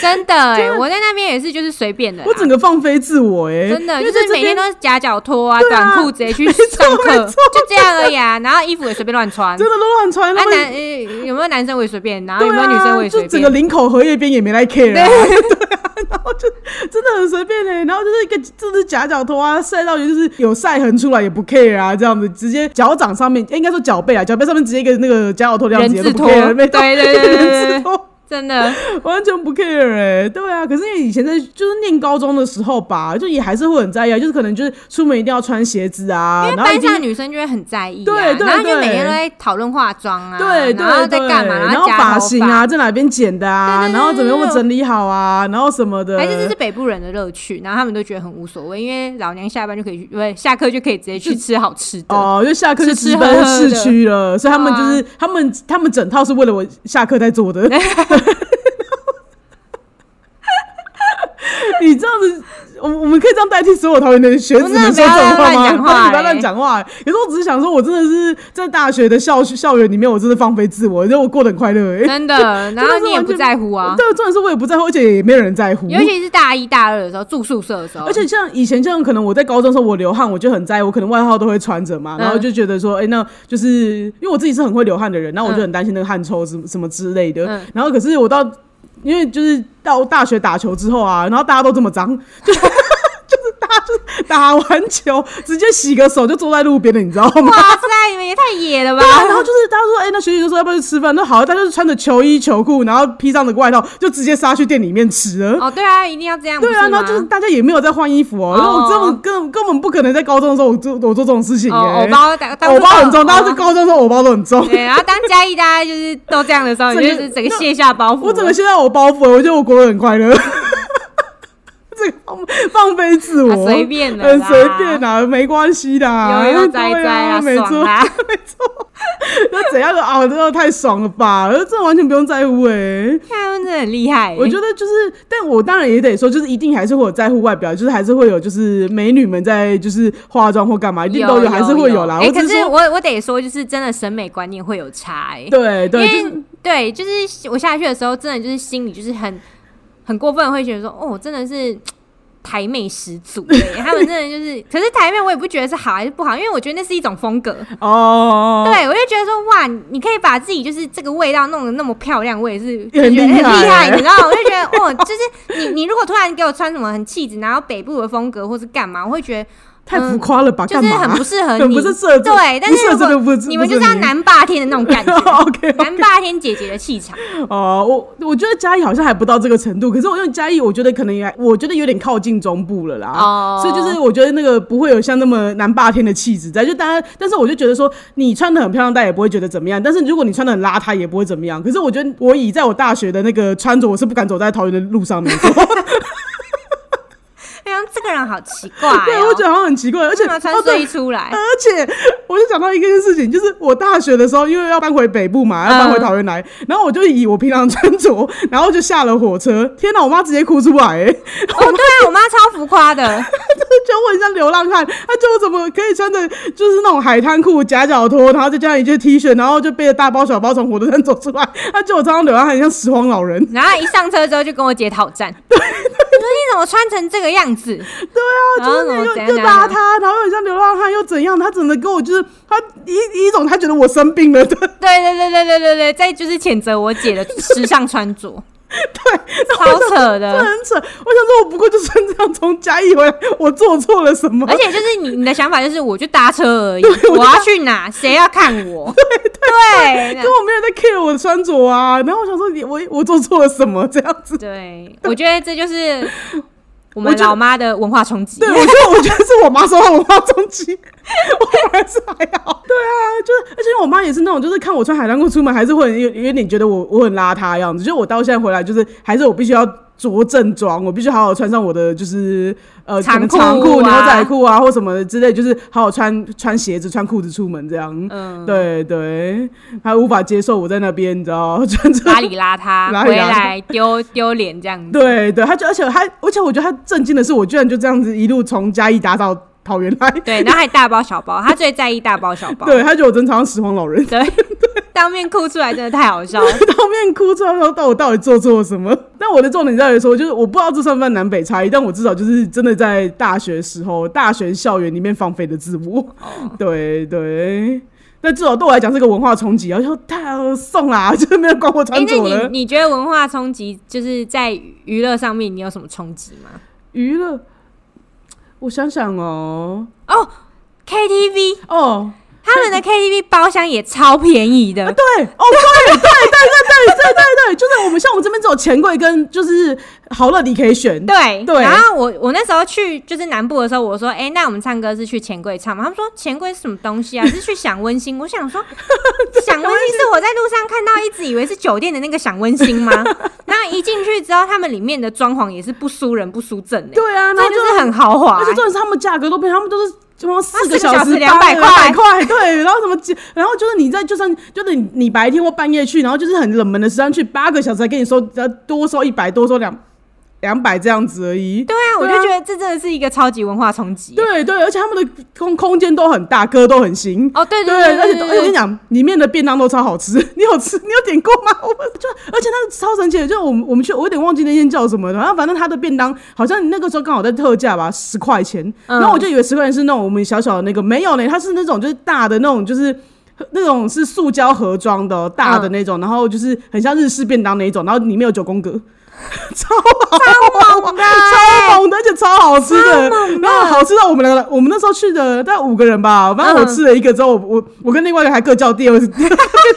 [SPEAKER 2] 真的哎、我在那边也是就是随便的啦，
[SPEAKER 1] 我整个放飞自我、欸，
[SPEAKER 2] 真的
[SPEAKER 1] 因
[SPEAKER 2] 就
[SPEAKER 1] 为在
[SPEAKER 2] 是
[SPEAKER 1] 这
[SPEAKER 2] 每天
[SPEAKER 1] 边
[SPEAKER 2] 都是夹脚拖啊、
[SPEAKER 1] 对啊
[SPEAKER 2] 短裤直接去上课，就这样而已啊，然后衣服也随便乱穿，
[SPEAKER 1] 真的都乱穿，
[SPEAKER 2] 啊
[SPEAKER 1] 他
[SPEAKER 2] 男
[SPEAKER 1] 们。
[SPEAKER 2] 呃有没有男生我也随便，然后
[SPEAKER 1] 对
[SPEAKER 2] 有没有女生我
[SPEAKER 1] 啊，
[SPEAKER 2] 也
[SPEAKER 1] 就
[SPEAKER 2] 随
[SPEAKER 1] 整个
[SPEAKER 2] 便，
[SPEAKER 1] 领口荷叶边也没来 care 啊，
[SPEAKER 2] 对，
[SPEAKER 1] 真的很随便嘞、然后就是一个这是夹脚拖啊，晒到就是有晒痕出来也不 care 啊，这样子直接脚掌上面，欸应该说脚背啊，脚背上面直接一个那个夹脚拖这样
[SPEAKER 2] 人
[SPEAKER 1] 子也
[SPEAKER 2] 字
[SPEAKER 1] 都不
[SPEAKER 2] 拖，
[SPEAKER 1] care，
[SPEAKER 2] 对
[SPEAKER 1] 没
[SPEAKER 2] 对
[SPEAKER 1] 到
[SPEAKER 2] 对对
[SPEAKER 1] <laughs> 人
[SPEAKER 2] 对
[SPEAKER 1] 字
[SPEAKER 2] 对，
[SPEAKER 1] 拖
[SPEAKER 2] 真的，
[SPEAKER 1] 完全不 care 哎、对啊，可是因为以前在就是念高中的时候吧，就也还是会很在意啊，就是可能就是出门一定要穿鞋子啊，
[SPEAKER 2] 因为
[SPEAKER 1] 然后一
[SPEAKER 2] 班
[SPEAKER 1] 定
[SPEAKER 2] 上。女生就会很在意、啊，
[SPEAKER 1] 对对
[SPEAKER 2] 然后就每
[SPEAKER 1] 对
[SPEAKER 2] 天都在讨论化妆啊，
[SPEAKER 1] 对
[SPEAKER 2] 然后
[SPEAKER 1] 对
[SPEAKER 2] 在
[SPEAKER 1] 对，
[SPEAKER 2] 干嘛，
[SPEAKER 1] 然
[SPEAKER 2] 后
[SPEAKER 1] 后
[SPEAKER 2] 夹
[SPEAKER 1] 发
[SPEAKER 2] 头
[SPEAKER 1] 型啊，在哪边剪的啊，
[SPEAKER 2] 对对对
[SPEAKER 1] 然后怎么
[SPEAKER 2] 对
[SPEAKER 1] 样
[SPEAKER 2] 对
[SPEAKER 1] 整理好啊，然后什么的，
[SPEAKER 2] 还是这是北部人的乐趣，然后他们都觉得很无所谓，因为老娘下班就可以去，对，下课就可以直接去吃好吃的。
[SPEAKER 1] 哦，就下课就
[SPEAKER 2] 吃吃
[SPEAKER 1] 直
[SPEAKER 2] 喝
[SPEAKER 1] 奔
[SPEAKER 2] 喝
[SPEAKER 1] 市
[SPEAKER 2] 的
[SPEAKER 1] 区了，所以他们就
[SPEAKER 2] 对啊
[SPEAKER 1] 是、他们他们整套是为了我下课在
[SPEAKER 2] <laughs>
[SPEAKER 1] 做的。你这样子，我我们可以这样代替所有桃园的学子
[SPEAKER 2] 我
[SPEAKER 1] 们
[SPEAKER 2] 真的
[SPEAKER 1] 说这种话
[SPEAKER 2] 不要乱讲话
[SPEAKER 1] 吗？不要
[SPEAKER 2] 欸
[SPEAKER 1] 乱讲 <laughs> 话。可是我只是想说，我真的是在大学的校校园里面，我真的放飞自我，因为我过得很快乐、欸。
[SPEAKER 2] 真的，然后你也不在乎啊，
[SPEAKER 1] 对，重点是我也不在乎，而且也没有人在乎。
[SPEAKER 2] 尤其是大一大二的时候住宿舍的时候，
[SPEAKER 1] 而且像以前像可能我在高中的时候我流汗我就很在意，我可能外套都会穿着嘛，
[SPEAKER 2] 嗯
[SPEAKER 1] 然后就觉得说，哎、那就是因为我自己是很会流汗的人，然后我就
[SPEAKER 2] 嗯
[SPEAKER 1] 很担心那个汗臭什么什么之类的。
[SPEAKER 2] 嗯
[SPEAKER 1] 然后可是我到因为就是到大学打球之后啊，然后大家都这么脏，就是就是大家就是打完球直接洗个手就坐在路边了，你知道
[SPEAKER 2] <laughs>
[SPEAKER 1] 吗？
[SPEAKER 2] 哇塞，你们也太野了吧！
[SPEAKER 1] 啊，然后就是他说，哎、那学姐就说要不要去吃饭？那好，他就是穿着球衣球裤，然后披上的外套，就直接杀去店里面吃了。
[SPEAKER 2] 哦，对啊，一定要这样，
[SPEAKER 1] 对啊，
[SPEAKER 2] 不
[SPEAKER 1] 然后就是
[SPEAKER 2] 吗
[SPEAKER 1] 大家也没有在换衣服哦、
[SPEAKER 2] 哦
[SPEAKER 1] 然后我根本根根本不可能在高中的时候我做我做这种事情耶、欸
[SPEAKER 2] 哦，偶包当当
[SPEAKER 1] 偶包很重，
[SPEAKER 2] 哦
[SPEAKER 1] 大家在高中的时候偶包都很重。
[SPEAKER 2] 对，然后当嘉义大家就是都这样的时候，你
[SPEAKER 1] 整个
[SPEAKER 2] 就是整个卸下包袱，
[SPEAKER 1] <laughs> 我整个现在偶包袱了，欸我觉得我过得很快乐， <laughs> 这个放放飞自我，
[SPEAKER 2] 啊随便的啦
[SPEAKER 1] 很随便啊，没关系的、啊，
[SPEAKER 2] 悠悠哉哉
[SPEAKER 1] 对啊，
[SPEAKER 2] 啊，
[SPEAKER 1] 没
[SPEAKER 2] 爽
[SPEAKER 1] 错。
[SPEAKER 2] 啦！
[SPEAKER 1] <laughs> 那怎样的熬的都太爽了吧？这完全不用在乎哎、
[SPEAKER 2] 他们真的很厉害、
[SPEAKER 1] 我觉得就是，但我当然也得说，就是一定还是会有在乎外表，就是还是会有就是美女们在就是化妆或干嘛，一定都
[SPEAKER 2] 有
[SPEAKER 1] 还是会有啦。
[SPEAKER 2] 哎、
[SPEAKER 1] 我
[SPEAKER 2] 可
[SPEAKER 1] 只
[SPEAKER 2] 是
[SPEAKER 1] 说，
[SPEAKER 2] 我我得说，就是真的审美观念会有差哎、
[SPEAKER 1] 对对，就
[SPEAKER 2] 因
[SPEAKER 1] 是
[SPEAKER 2] 为对，就是我下去的时候，真的就是心里就是很很过分，会觉得说，哦，真的是台妹十足哎、他们真的就是，可是台妹我也不觉得是好还是不好，因为我觉得那是一种风格。
[SPEAKER 1] 哦，
[SPEAKER 2] 对，我就觉得说哇，你可以把自己就是这个味道弄得那么漂亮，我也是
[SPEAKER 1] 也
[SPEAKER 2] 就
[SPEAKER 1] 很
[SPEAKER 2] 觉得
[SPEAKER 1] 厉
[SPEAKER 2] 很
[SPEAKER 1] 害
[SPEAKER 2] 厉
[SPEAKER 1] 欸
[SPEAKER 2] 害，你知道吗？我就觉得哦，就是你你如果突然给我穿什么很气质，然后北部的风格或是干嘛，我会觉得
[SPEAKER 1] 太浮
[SPEAKER 2] 嗯
[SPEAKER 1] 夸了吧？
[SPEAKER 2] 就
[SPEAKER 1] 干
[SPEAKER 2] 是
[SPEAKER 1] 嘛
[SPEAKER 2] 很
[SPEAKER 1] 啊？
[SPEAKER 2] 不适合
[SPEAKER 1] <laughs> 很
[SPEAKER 2] 你，
[SPEAKER 1] 不是社畜
[SPEAKER 2] 对，但
[SPEAKER 1] 不
[SPEAKER 2] 是
[SPEAKER 1] 社
[SPEAKER 2] 如
[SPEAKER 1] 畜
[SPEAKER 2] 果
[SPEAKER 1] 的不是
[SPEAKER 2] 你们
[SPEAKER 1] 不
[SPEAKER 2] 就是
[SPEAKER 1] 是
[SPEAKER 2] 要
[SPEAKER 1] 你
[SPEAKER 2] 南霸天的那种
[SPEAKER 1] <laughs>
[SPEAKER 2] 感觉，
[SPEAKER 1] OK，
[SPEAKER 2] 南霸天姐姐的气场，
[SPEAKER 1] 哦，我我觉得嘉义好像还不到这个程度，可是我用嘉义，我觉得可能也还，我觉得有点靠近中部了啦。
[SPEAKER 2] 哦
[SPEAKER 1] 所以就是我觉得那个不会有像那么南霸天的气质在，就大家，但是我就觉得说你穿的很漂亮，大家也不会觉得怎么样，但是如果你穿的很邋遢，也不会怎么样。可是我觉得我以在我大学的那个穿着，我是不敢走在桃园的路上
[SPEAKER 2] <laughs>
[SPEAKER 1] 面，
[SPEAKER 2] 哎呀，这个人好奇怪、哦，
[SPEAKER 1] 对，我觉得好像很奇怪，而且
[SPEAKER 2] 干嘛穿
[SPEAKER 1] 哦对
[SPEAKER 2] 睡衣出来？
[SPEAKER 1] 而且我就想到一个事情，就是我大学的时候，因为要搬回北部
[SPEAKER 2] 嗯
[SPEAKER 1] 嘛，要搬回桃园来，然后我就以我平常穿着，然后就下了火车。天哪，我妈直接哭出来、欸，
[SPEAKER 2] 哦，对啊，我妈超浮夸的，
[SPEAKER 1] <laughs> 就我很像流浪汉，她就我怎么可以穿着就是那种海滩裤、夹脚拖，然后再加上一件 T 恤，然后就背着大包小包从火车站走出来，她啊就我常常流浪汉，很像拾 <laughs> 荒老人。
[SPEAKER 2] 然后一上车之后就跟我姐讨战， <laughs> 我说你怎么穿成这个样子？对啊，然后怎么
[SPEAKER 1] 又
[SPEAKER 2] 怎样
[SPEAKER 1] 又
[SPEAKER 2] 怎样
[SPEAKER 1] 邋
[SPEAKER 2] 怎样？
[SPEAKER 1] 遢，然后很像流浪汉，又怎样？她整个跟我就是她一一种她觉得我生病 <laughs> 了的
[SPEAKER 2] 对对对对对对对，再就是谴责我姐的时尚穿
[SPEAKER 1] <laughs>
[SPEAKER 2] 着，对，超扯
[SPEAKER 1] 真的
[SPEAKER 2] 的。
[SPEAKER 1] 很扯。我想说，我不过就算这样从嘉义回来，我做错了什么？
[SPEAKER 2] 而且就是你你的想法就是，我就搭车而
[SPEAKER 1] <laughs>
[SPEAKER 2] 已
[SPEAKER 1] 对，我就
[SPEAKER 2] 我要去哪，谁要看
[SPEAKER 1] <laughs>
[SPEAKER 2] 我？对
[SPEAKER 1] 根本没有人在 care 我的穿着啊。然后我想说你，我我做错了什么这样子？
[SPEAKER 2] 对，我觉得这就是我
[SPEAKER 1] 我
[SPEAKER 2] 们
[SPEAKER 1] 觉得
[SPEAKER 2] 老妈的文化冲击
[SPEAKER 1] 对，。 <laughs> 我觉得我觉得是我妈受到文化冲击，我反而是还好。对啊，就是而且我妈也是那种，就是看我穿海滩裤出门，还是会有有点觉得我我很邋遢的样子。就我到现在回来，就是还是我必须要。着正装，我必须好好穿上我的就是呃可能
[SPEAKER 2] 长裤
[SPEAKER 1] 长裤、牛
[SPEAKER 2] 啊
[SPEAKER 1] 仔裤啊，或什么之类，就是好好穿穿鞋子、穿裤子出门这样。
[SPEAKER 2] 嗯，
[SPEAKER 1] 对对，他无法接受我在那边，你知道，穿 <laughs> 着。
[SPEAKER 2] 邋里邋遢，
[SPEAKER 1] 邋里邋遢
[SPEAKER 2] 回来丢丢脸这样子。
[SPEAKER 1] 对对，他就而且他，而且我觉得他震惊的是，我居然就这样子一路从嘉义打到桃园来。
[SPEAKER 2] 对，然后还大包小包，他最在意大包小包。
[SPEAKER 1] 对，他觉得我真常常拾荒老人， <laughs>
[SPEAKER 2] 对，当面哭出来真的太好笑了。
[SPEAKER 1] 当面哭出来说到我到底做错了什么？ <laughs> 但我的重点在于说，就是我不知道这算不算南北差异，但我至少就是真的在大学时候、大学校园里面放飞的自我。 <laughs> 对对，那至少对我来讲是个文化冲击啊，然后说太送啦， <laughs> 就是没有管我 <laughs>
[SPEAKER 2] 哎、
[SPEAKER 1] 穿
[SPEAKER 2] 那
[SPEAKER 1] 着了
[SPEAKER 2] 你。你觉得文化冲击就是在娱乐上面，你有什么冲击吗？
[SPEAKER 1] 娱乐，我想想哦，
[SPEAKER 2] 哦，KTV，
[SPEAKER 1] 哦，
[SPEAKER 2] 他们 <laughs> 的 KTV 包厢也超便宜 <laughs> 的，
[SPEAKER 1] 对，哦，对，对，对，对，对，对，对，对，就是我们像我们这边只有钱柜跟就是好乐迪可以选，
[SPEAKER 2] 对
[SPEAKER 1] 对
[SPEAKER 2] 然后我我那时候去就是南部的时候，我说，哎、那我们唱歌是去钱柜唱吗？他们说钱柜是什么东 <laughs> 西啊？是去享温馨。我想 <laughs> 说，享温馨是我在路上看到，一直以为是酒店的那个享温馨 <laughs> 吗？然后一进去之后，他们里面的装潢也是不输人不输阵的、
[SPEAKER 1] 对啊，然
[SPEAKER 2] 那
[SPEAKER 1] 后
[SPEAKER 2] 就是很豪华、
[SPEAKER 1] 而且重点是他们价格都不一样，他们都是。什么四个
[SPEAKER 2] 四个小
[SPEAKER 1] 时
[SPEAKER 2] 时200
[SPEAKER 1] 八
[SPEAKER 2] 块
[SPEAKER 1] 200块，对，然后什么几，然后就是你在就算就是你你白天或半夜去，然后就是很冷门的时段去，八个小时才跟你收，呃，多收一百，多收两两百这样子而已。
[SPEAKER 2] 对啊，我
[SPEAKER 1] 对啊
[SPEAKER 2] 就觉得这真的是一个超级文化冲击。欸
[SPEAKER 1] 对对，而且他们的空空间都很大，歌都很行。
[SPEAKER 2] 哦，对
[SPEAKER 1] 对，
[SPEAKER 2] 对
[SPEAKER 1] 而且
[SPEAKER 2] 对
[SPEAKER 1] 而且我跟你讲，里面的便当都超好吃。 <laughs> 你有吃？你有点过吗？我们就而且它是超神奇的，就是我们我们去，我有点忘记那间叫什么了。然后反正它的便当好像那个时候刚好在特价吧，十块钱。
[SPEAKER 2] 嗯
[SPEAKER 1] 然后我就以为十块钱是那种我们小小的那个，没有呢，它是那种就是大的那种，就是。那种是塑胶盒装的哦、大的那种，然后就是很像日式便当那一种，然后里面有九宫格，超 <laughs>
[SPEAKER 2] 超猛的欸
[SPEAKER 1] 超猛的，而且超好吃的，然后好吃到我们两个，我们那时候去的大概五个人吧，反正我
[SPEAKER 2] 嗯
[SPEAKER 1] 吃了一个之后，我我我跟另外一个还各叫第二 <laughs> 次，他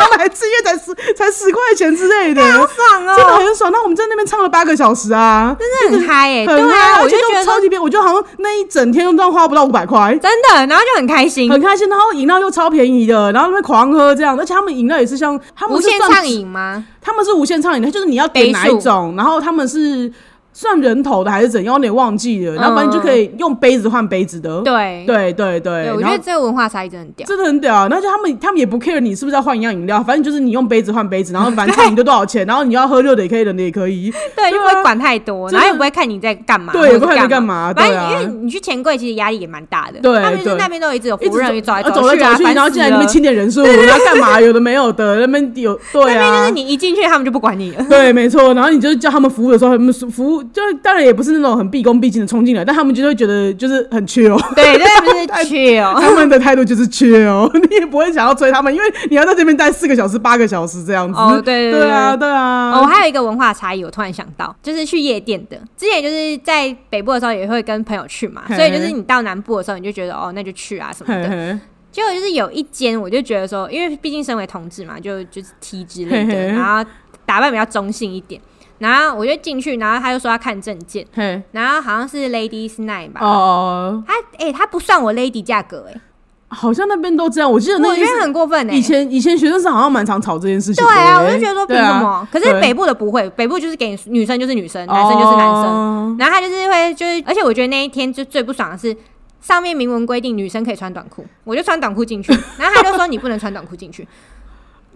[SPEAKER 1] 们还吃，因为才十才十块钱之类的，
[SPEAKER 2] 好爽
[SPEAKER 1] 真的
[SPEAKER 2] 哦，
[SPEAKER 1] 很爽。那我们在那边唱了八个小时啊，
[SPEAKER 2] 真的很嗨哎、
[SPEAKER 1] 很
[SPEAKER 2] 对啊，
[SPEAKER 1] 嗨，
[SPEAKER 2] 我
[SPEAKER 1] 而且
[SPEAKER 2] 就觉
[SPEAKER 1] 都
[SPEAKER 2] 得
[SPEAKER 1] 超
[SPEAKER 2] 说
[SPEAKER 1] 级便宜，我觉得好像那一整天都花不到五百块。
[SPEAKER 2] 真的，然后就很开心，
[SPEAKER 1] 很开心，然后饮料又超便宜的，然后那边狂喝这样，而且他们饮料也是像他们
[SPEAKER 2] 无
[SPEAKER 1] 是
[SPEAKER 2] 限
[SPEAKER 1] 算
[SPEAKER 2] 畅饮吗？
[SPEAKER 1] 他们是无限畅饮的，就是你要点哪一种，然后他们是算人头的还是怎样，我有点忘记了。然后反正就可以用杯子换杯子的。
[SPEAKER 2] 对
[SPEAKER 1] 哦对对对，
[SPEAKER 2] 对，我
[SPEAKER 1] 然
[SPEAKER 2] 觉
[SPEAKER 1] 后
[SPEAKER 2] 得这个文化差异真的很屌。
[SPEAKER 1] 真的很屌啊。然后就他们他们也不 care 你是不是要换一样饮料，反正就是你用杯子换杯子，然后反正看你就多少
[SPEAKER 2] <laughs>
[SPEAKER 1] 钱，然后你要喝热的也可以，冷的也可以。
[SPEAKER 2] 对，就不会管太多，
[SPEAKER 1] 真的
[SPEAKER 2] 然后也不会看你在干嘛，
[SPEAKER 1] 对
[SPEAKER 2] 或者
[SPEAKER 1] 也不会看你
[SPEAKER 2] 是
[SPEAKER 1] 干
[SPEAKER 2] 干
[SPEAKER 1] 嘛
[SPEAKER 2] 反
[SPEAKER 1] 对啊
[SPEAKER 2] 正因为你去钱柜，其实压力也蛮大的。
[SPEAKER 1] 对
[SPEAKER 2] 他们就是
[SPEAKER 1] 对
[SPEAKER 2] 那边都一直有
[SPEAKER 1] 一
[SPEAKER 2] 服
[SPEAKER 1] 直
[SPEAKER 2] 务人员走来
[SPEAKER 1] 呃走
[SPEAKER 2] 去啊，
[SPEAKER 1] 来走去，
[SPEAKER 2] 烦
[SPEAKER 1] 然后
[SPEAKER 2] 死
[SPEAKER 1] 进来那边
[SPEAKER 2] 了
[SPEAKER 1] 清点人
[SPEAKER 2] <laughs>
[SPEAKER 1] 数，然后干嘛？有的没有的，那边有对
[SPEAKER 2] 那边就
[SPEAKER 1] 啊
[SPEAKER 2] 是。你一进去，他们就不管你
[SPEAKER 1] <laughs>
[SPEAKER 2] <laughs> 了。
[SPEAKER 1] 对，没错。然后你就叫他们服务的时候，他们服务就当然也不是那种很毕恭毕敬的冲进来，但他们就会觉得就是很缺
[SPEAKER 2] <laughs>
[SPEAKER 1] 哦，
[SPEAKER 2] 对，对，不是去
[SPEAKER 1] <laughs>
[SPEAKER 2] 哦。
[SPEAKER 1] 他们的态度就是缺哦，你也不会想要追他们，因为你要在这边待四个小时、八个小时这样子。
[SPEAKER 2] 哦对对
[SPEAKER 1] 对
[SPEAKER 2] 对
[SPEAKER 1] 啊，对啊。
[SPEAKER 2] 哦，我还有一个文化差异，我突然想到，就是去夜店的。之前就是在北部的时候，也会跟朋友去嘛，
[SPEAKER 1] 嘿
[SPEAKER 2] 所以就是你到南部的时候，你就觉得哦，那就去啊什么
[SPEAKER 1] 嘿
[SPEAKER 2] 的。
[SPEAKER 1] 嘿
[SPEAKER 2] 结果就是有一间，我就觉得说，因为毕竟身为同志嘛，就就是 T 之
[SPEAKER 1] 嘿
[SPEAKER 2] 类
[SPEAKER 1] 嘿 <laughs>
[SPEAKER 2] 的，然后打扮比较中性一点。然后我就进去，然后他就说要看证件，
[SPEAKER 1] 嘿，
[SPEAKER 2] 然后好像是 Ladies Night 吧。
[SPEAKER 1] 哦，
[SPEAKER 2] 他哎、他不算我 Lady 价格哎、
[SPEAKER 1] 好像那边都这样。我记得那
[SPEAKER 2] 我觉
[SPEAKER 1] 件事
[SPEAKER 2] 得很过分哎、
[SPEAKER 1] 以前以前学生是好像蛮常吵这件事情
[SPEAKER 2] 对
[SPEAKER 1] 的耶。
[SPEAKER 2] 啊，我就觉得说
[SPEAKER 1] 对
[SPEAKER 2] 凭
[SPEAKER 1] 啊
[SPEAKER 2] 什么？可是
[SPEAKER 1] 对
[SPEAKER 2] 北部的不会，北部就是给你女生就是女生，男生就是男生。
[SPEAKER 1] 哦
[SPEAKER 2] 然后他就是会就是，而且我觉得那一天就最不爽的是，上面明文规定女生可以穿短裤，我就穿短裤进去，然后他就说你不能穿短裤进去，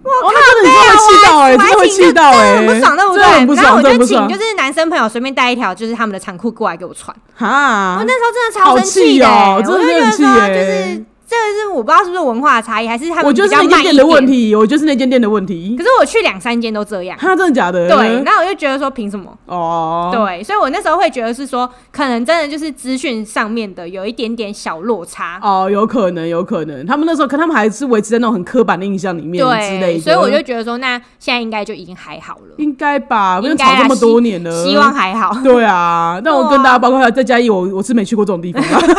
[SPEAKER 1] 哦，那真的你真的会气到哎、
[SPEAKER 2] 啊我
[SPEAKER 1] 真
[SPEAKER 2] 还
[SPEAKER 1] 的会
[SPEAKER 2] 请
[SPEAKER 1] 气到哎、
[SPEAKER 2] 真的很不爽，对不
[SPEAKER 1] 真的很不
[SPEAKER 2] 对？然
[SPEAKER 1] 爽，
[SPEAKER 2] 后我
[SPEAKER 1] 真的
[SPEAKER 2] 就
[SPEAKER 1] 不
[SPEAKER 2] 请
[SPEAKER 1] 爽
[SPEAKER 2] 就。是男生朋友随便带一条就是他们的长裤过来给我穿，
[SPEAKER 1] 哈
[SPEAKER 2] 我，那时候真的超生气的、
[SPEAKER 1] 啊好
[SPEAKER 2] 欸，
[SPEAKER 1] 气哦真的
[SPEAKER 2] 我就觉得
[SPEAKER 1] 真的
[SPEAKER 2] 说
[SPEAKER 1] 很气
[SPEAKER 2] 就
[SPEAKER 1] 耶
[SPEAKER 2] 是这个是我不知道是不是文化差异，还是他
[SPEAKER 1] 我
[SPEAKER 2] 们
[SPEAKER 1] 觉
[SPEAKER 2] 比
[SPEAKER 1] 得是
[SPEAKER 2] 较
[SPEAKER 1] 那间
[SPEAKER 2] 慢一
[SPEAKER 1] 店的问
[SPEAKER 2] 点。
[SPEAKER 1] 题，我觉得是那间店的问题
[SPEAKER 2] 可。是我去两三间都这样，
[SPEAKER 1] 哈，真的假的？
[SPEAKER 2] 对，，那我就觉得说凭什么？
[SPEAKER 1] 嗯哦，
[SPEAKER 2] 对，啊所以我那时候会觉得是说，可能真的就是资讯上面的有一点点小落差，
[SPEAKER 1] 哦，有可能，有可能，他们那时候，可他们还是维持在那种很刻板的印象里面之类
[SPEAKER 2] 对，
[SPEAKER 1] 的，
[SPEAKER 2] 所以我就觉得说，那现在应该就已经还好了，
[SPEAKER 1] 应该吧，因为
[SPEAKER 2] 应该
[SPEAKER 1] 吵
[SPEAKER 2] 啊
[SPEAKER 1] 这么多年了，
[SPEAKER 2] 希望还好。
[SPEAKER 1] 对
[SPEAKER 2] <laughs>
[SPEAKER 1] 啊，但我
[SPEAKER 2] 对啊
[SPEAKER 1] 跟大家包括在嘉义，我我是没去过这种地方啊。 <laughs>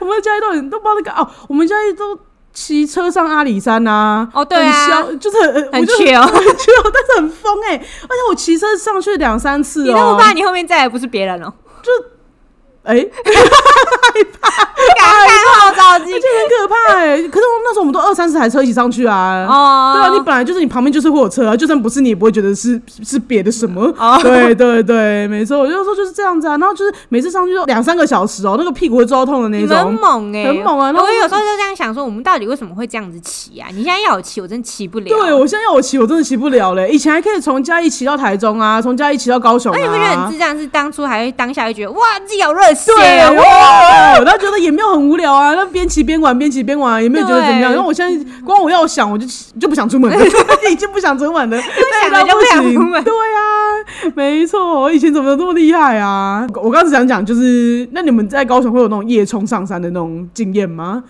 [SPEAKER 1] 我们嘉义都很都不知道那个哦，我们嘉义都骑车上阿里山呐、
[SPEAKER 2] 哦对啊
[SPEAKER 1] 很嚣就是很
[SPEAKER 2] 很
[SPEAKER 1] 我就 <laughs>
[SPEAKER 2] chill
[SPEAKER 1] 很 chill，但哦是很疯哎、而且我骑车上去两三次
[SPEAKER 2] 你
[SPEAKER 1] 哦、
[SPEAKER 2] 那么怕，你后面再也不是别人了，
[SPEAKER 1] 哎、
[SPEAKER 2] <laughs> 敢看后照镜
[SPEAKER 1] 这很可怕哎、可是我那时候我们都二三十台车一起上去啊。
[SPEAKER 2] 哦。
[SPEAKER 1] 对啊，你本来就是你旁边就是会有车啊，就算不是你，也不会觉得是是是别的什么。
[SPEAKER 2] 哦
[SPEAKER 1] 对对对，没错，我就说就是这样子啊。然后就是每次上去都两三个小时哦、那个屁股会抓痛的那
[SPEAKER 2] 你
[SPEAKER 1] 种。
[SPEAKER 2] 们很猛哎、
[SPEAKER 1] 很猛啊然后
[SPEAKER 2] 我有时候就这样想说，我们到底为什么会这样子骑啊？你现在要我骑，我真骑不了。
[SPEAKER 1] 对，我现在要我骑，我真的骑不了嘞。以前还可以从嘉义骑到台中啊，从嘉义骑到高雄
[SPEAKER 2] 而且我觉哎得很
[SPEAKER 1] 啊。
[SPEAKER 2] 智障，是当初还会当下会觉得哇，自己好热血
[SPEAKER 1] 对
[SPEAKER 2] 啊，哇
[SPEAKER 1] 啊，我倒觉得也没有很无聊啊，那边骑边玩，边骑边玩，也没有觉得怎么样。
[SPEAKER 2] 对
[SPEAKER 1] 然后我现在光我要想，我就就不想出门
[SPEAKER 2] <laughs>
[SPEAKER 1] 了，已经不想出门了，
[SPEAKER 2] 想
[SPEAKER 1] 累到
[SPEAKER 2] 了就不想
[SPEAKER 1] 行
[SPEAKER 2] 出门
[SPEAKER 1] 对啊，没错，我以前怎么这么厉害啊？我刚才想讲就是，那你们在高雄会有那种夜冲上山的那种经验吗？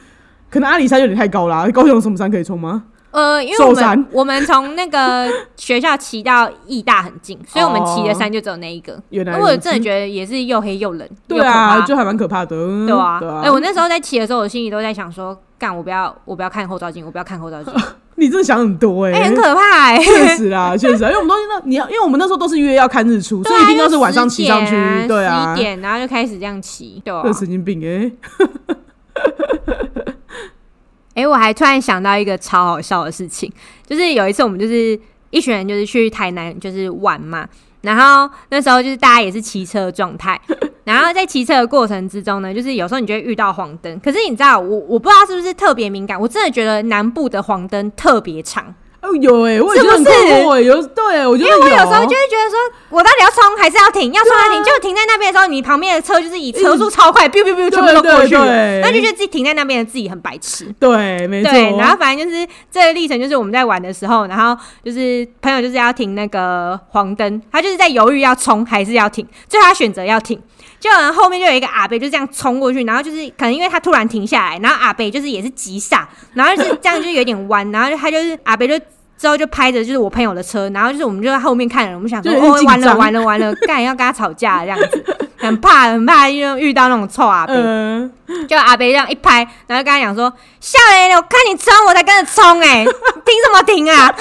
[SPEAKER 1] 可能阿里山有点太高啦，高雄有什么山可以冲吗？
[SPEAKER 2] 呃，因为
[SPEAKER 1] 寿
[SPEAKER 2] 我
[SPEAKER 1] 山
[SPEAKER 2] 们 <laughs> 我们从那个学校骑到义大很
[SPEAKER 1] <laughs>
[SPEAKER 2] 近，所以我们骑的山就只有那一个。
[SPEAKER 1] 哦原来
[SPEAKER 2] 因为我
[SPEAKER 1] 如此
[SPEAKER 2] 真的觉得也是又黑又冷，
[SPEAKER 1] 对
[SPEAKER 2] 又可怕
[SPEAKER 1] 啊，就还蛮可怕的。
[SPEAKER 2] 对啊。
[SPEAKER 1] 对
[SPEAKER 2] 哎、
[SPEAKER 1] 啊，
[SPEAKER 2] 我那时候在骑的时候，我心里都在想说，干，我不要，我不要看后照镜，我不要看后照镜，
[SPEAKER 1] 你真的想很多 <laughs> 哎、
[SPEAKER 2] 哎、很可怕哎、
[SPEAKER 1] <laughs> 确实
[SPEAKER 2] <laughs>
[SPEAKER 1] 啦，确实啊，因为我们都那你要，因为我们那时候都是约要看日出，所以一定都是晚上骑上去，对啊
[SPEAKER 2] 啊十，点然后就开始这样骑，对啊
[SPEAKER 1] 这。神经病哎、
[SPEAKER 2] 哎、我还突然想到一个超好笑的事情，就是有一次我们就是一群人就是去台南就是玩嘛，然后那时候就是大家也是骑车的状态，然后在骑车的过程之中呢，就是有时候你就会遇到黄灯，可是你知道我我不知道是不是特别敏感，我真的觉得南部的黄灯特别长，
[SPEAKER 1] 哦有哎、我也觉得很
[SPEAKER 2] 是不
[SPEAKER 1] 困
[SPEAKER 2] 是
[SPEAKER 1] 惑哎、有对我觉
[SPEAKER 2] 因
[SPEAKER 1] 得
[SPEAKER 2] 为我
[SPEAKER 1] 有
[SPEAKER 2] 有时候就会觉得说，我到底要冲还是要停？要冲要停，就停在那边的时候，你旁边的车就是以车速超快，biu biu biu 全部都过去了，
[SPEAKER 1] 嗯对对对
[SPEAKER 2] 那就觉得自己停在那边的自己很白痴。
[SPEAKER 1] 对，没错，哦
[SPEAKER 2] 对，然后反正就是这个历程，就是我们在玩的时候，然后就是朋友就是要停那个黄灯，他就是在犹豫要冲还是要停，最后他选择要停。就然后后面就有一个阿贝就这样冲过去，然后就是可能因为他突然停下来，然后阿贝就是也是急刹，然后就是这样就有点弯，然后就他就是阿贝就之后就拍着就是我朋友的车，然后就是我们就在后面看了，我们想说
[SPEAKER 1] 就有点
[SPEAKER 2] 哦
[SPEAKER 1] 紧
[SPEAKER 2] 完了
[SPEAKER 1] 张
[SPEAKER 2] 完了完了，干要跟他吵架了这样子，很怕很怕遇到遇到那种臭阿贝。
[SPEAKER 1] 嗯、
[SPEAKER 2] 就阿北这样一拍，然后跟他讲说：“笑脸，我看你冲，我才跟着冲哎、欸，停什么停啊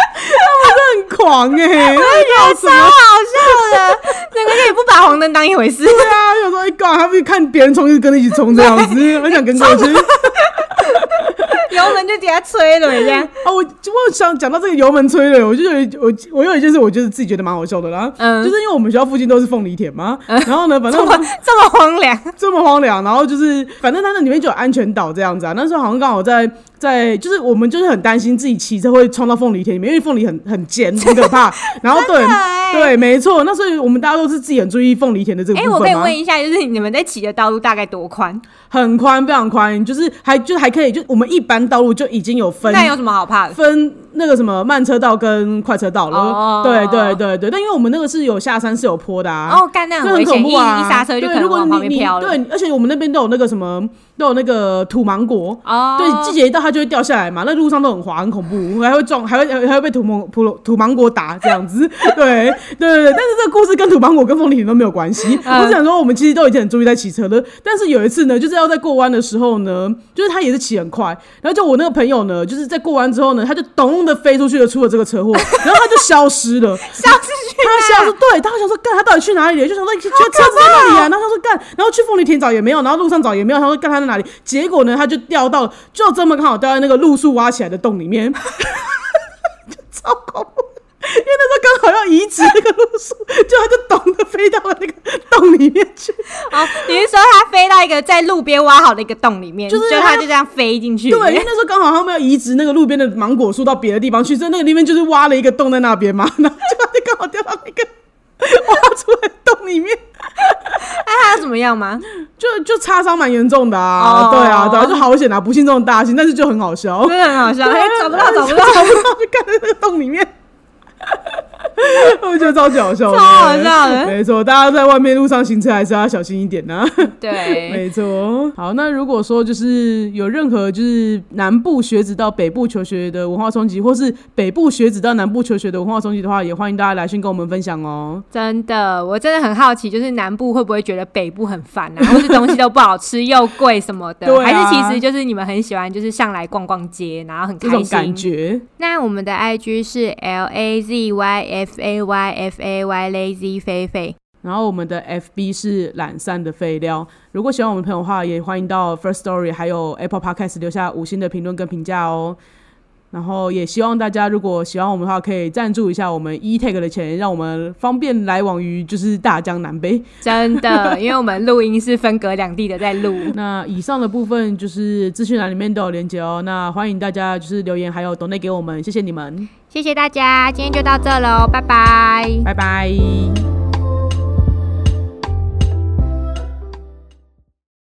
[SPEAKER 1] 很狂 <laughs> 哎、欸，？”
[SPEAKER 2] 我觉得超好笑的，整个也不把黄灯当一回事。 <laughs>
[SPEAKER 1] 对啊，有 <laughs> 时候一搞，他们看别人冲就跟着一起冲这样子，很想跟过去。
[SPEAKER 2] 你油门就底下吹
[SPEAKER 1] <laughs>
[SPEAKER 2] 了这样。
[SPEAKER 1] 啊，我就我想讲到这个油门催泪，我就有一我我有一件事，我就是自己觉得蛮好笑的啦，
[SPEAKER 2] 嗯
[SPEAKER 1] 就是因为我们学校附近都是凤梨田嘛，然后呢，反
[SPEAKER 2] 这
[SPEAKER 1] 正
[SPEAKER 2] 么这么荒凉，
[SPEAKER 1] 这么荒凉，然后就是反正它那里面就有安全岛这样子啊，那时候好像刚好在在就是我们就是很担心自己骑车会冲到凤梨田里面，因为凤梨很很尖很可
[SPEAKER 2] <laughs>
[SPEAKER 1] 怕，然后对
[SPEAKER 2] 真的欸
[SPEAKER 1] 对没错，那所以我们大家都是自己很注意凤梨田的这个
[SPEAKER 2] 哎、
[SPEAKER 1] 部
[SPEAKER 2] 我可
[SPEAKER 1] 分
[SPEAKER 2] 以
[SPEAKER 1] 嘛，
[SPEAKER 2] 问一下，就是你们在骑的道路大概多宽？
[SPEAKER 1] 很宽非常宽，就是还就还可以，就我们一般道路就已经有分
[SPEAKER 2] 那有什么好怕的？
[SPEAKER 1] 分那个什么慢车道跟快车道了。
[SPEAKER 2] 哦
[SPEAKER 1] 对对对对，但因为我们那个是有下山是有坡的啊。
[SPEAKER 2] 哦，干那
[SPEAKER 1] 这
[SPEAKER 2] 很危
[SPEAKER 1] 很
[SPEAKER 2] 险，
[SPEAKER 1] 恐
[SPEAKER 2] 一
[SPEAKER 1] 怖
[SPEAKER 2] 一
[SPEAKER 1] 啊！
[SPEAKER 2] 刹车就可
[SPEAKER 1] 对，如
[SPEAKER 2] 能
[SPEAKER 1] 果
[SPEAKER 2] 往
[SPEAKER 1] 你
[SPEAKER 2] 旁边
[SPEAKER 1] 你
[SPEAKER 2] 飘了。
[SPEAKER 1] 对，而且我们那边都有那个什么，都有那个土芒果，
[SPEAKER 2] 哦，
[SPEAKER 1] 对，季节一到它就会掉下来嘛。那路上都很滑，很恐怖，还会撞，还会还会被土芒土土芒果打这样子。对对对对，但是这个故事跟土芒果跟风铃都没有关系。
[SPEAKER 2] 嗯
[SPEAKER 1] 我只想说，我们其实都已经很注意在骑车了，但是有一次呢，就是要在过弯的时候呢，就是他也是骑很快，然后就我那个朋友呢，就是在过弯之后呢，他就咚的飞出去了，出了这个车祸，然后他就消失了。
[SPEAKER 2] 消失去
[SPEAKER 1] 他
[SPEAKER 2] 哪
[SPEAKER 1] 想说，对他想说，干他到底去哪里了？就想说，觉得车子在哪里啊？然后他说干，然后去凤梨田找也没有，然后路上找也没有，他说干他在哪里？结果呢，他就掉到，就这么刚好掉在那个路树挖起来的洞里面， <laughs> 就超恐怖。因为那时候刚好要移植那个路树，就他就咚的飞到了那个洞里面去。
[SPEAKER 2] 哦，你是说它飞到一个在路边挖好的一个洞里面，
[SPEAKER 1] 就是
[SPEAKER 2] 就
[SPEAKER 1] 它
[SPEAKER 2] 它就这样飞进去？
[SPEAKER 1] 对，因为那时候刚好他们要移植那个路边的芒果树到别的地方去，所以那个里面就是挖了一个洞在那边嘛，然后就他就刚好掉到那个 <laughs> 挖出来的洞里面。
[SPEAKER 2] 那哎它要怎么样吗？
[SPEAKER 1] 就就擦伤蛮严重的啊
[SPEAKER 2] 哦
[SPEAKER 1] 对啊，对啊，就好险啊，不幸中的大幸，但是就很好笑，
[SPEAKER 2] 真的很好
[SPEAKER 1] 啊 <laughs>
[SPEAKER 2] 笑，哎，找不到，找不到，
[SPEAKER 1] 找不到，就干在那个洞里面。 <laughs> 我觉得超级好笑的，
[SPEAKER 2] 超好笑的
[SPEAKER 1] 没错，大家在外面路上行车还是要小心一点呐、<laughs>
[SPEAKER 2] 对，
[SPEAKER 1] 没错，好，那如果说就是有任何就是南部学子到北部求学的文化冲击，或是北部学子到南部求学的文化冲击的话，也欢迎大家来信跟我们分享哦。
[SPEAKER 2] 真的，我真的很好奇，就是南部会不会觉得北部很烦啊，或是东西都不好吃又贵什么的？
[SPEAKER 1] 对啊
[SPEAKER 2] 还是其实就是你们很喜欢，就是上来逛逛街，然后很
[SPEAKER 1] 这
[SPEAKER 2] 开
[SPEAKER 1] 种感
[SPEAKER 2] 心。
[SPEAKER 1] 觉，
[SPEAKER 2] 那我们的 IG 是 L A Z Y F A Y F A Y Lazy 菲菲。
[SPEAKER 1] 然后我们的 FB 是懒散的废料。如果喜欢我们的朋友的话，也欢迎到 First Story 还有 Apple Podcast 留下五星的评论跟评价哦。然后也希望大家如果喜欢我们的话，可以赞助一下我们 E Tag 的钱，让我们方便来往于就是大江南北。
[SPEAKER 2] 真的，因为我们录音是分隔两地的在录。
[SPEAKER 1] 那以上的部分就是资讯栏里面都有连接哦。那欢迎大家就是留言还有 d 内 <laughs> 给我们，谢谢你们，
[SPEAKER 2] 谢谢大家，今天就到这喽，拜拜。
[SPEAKER 1] 拜拜。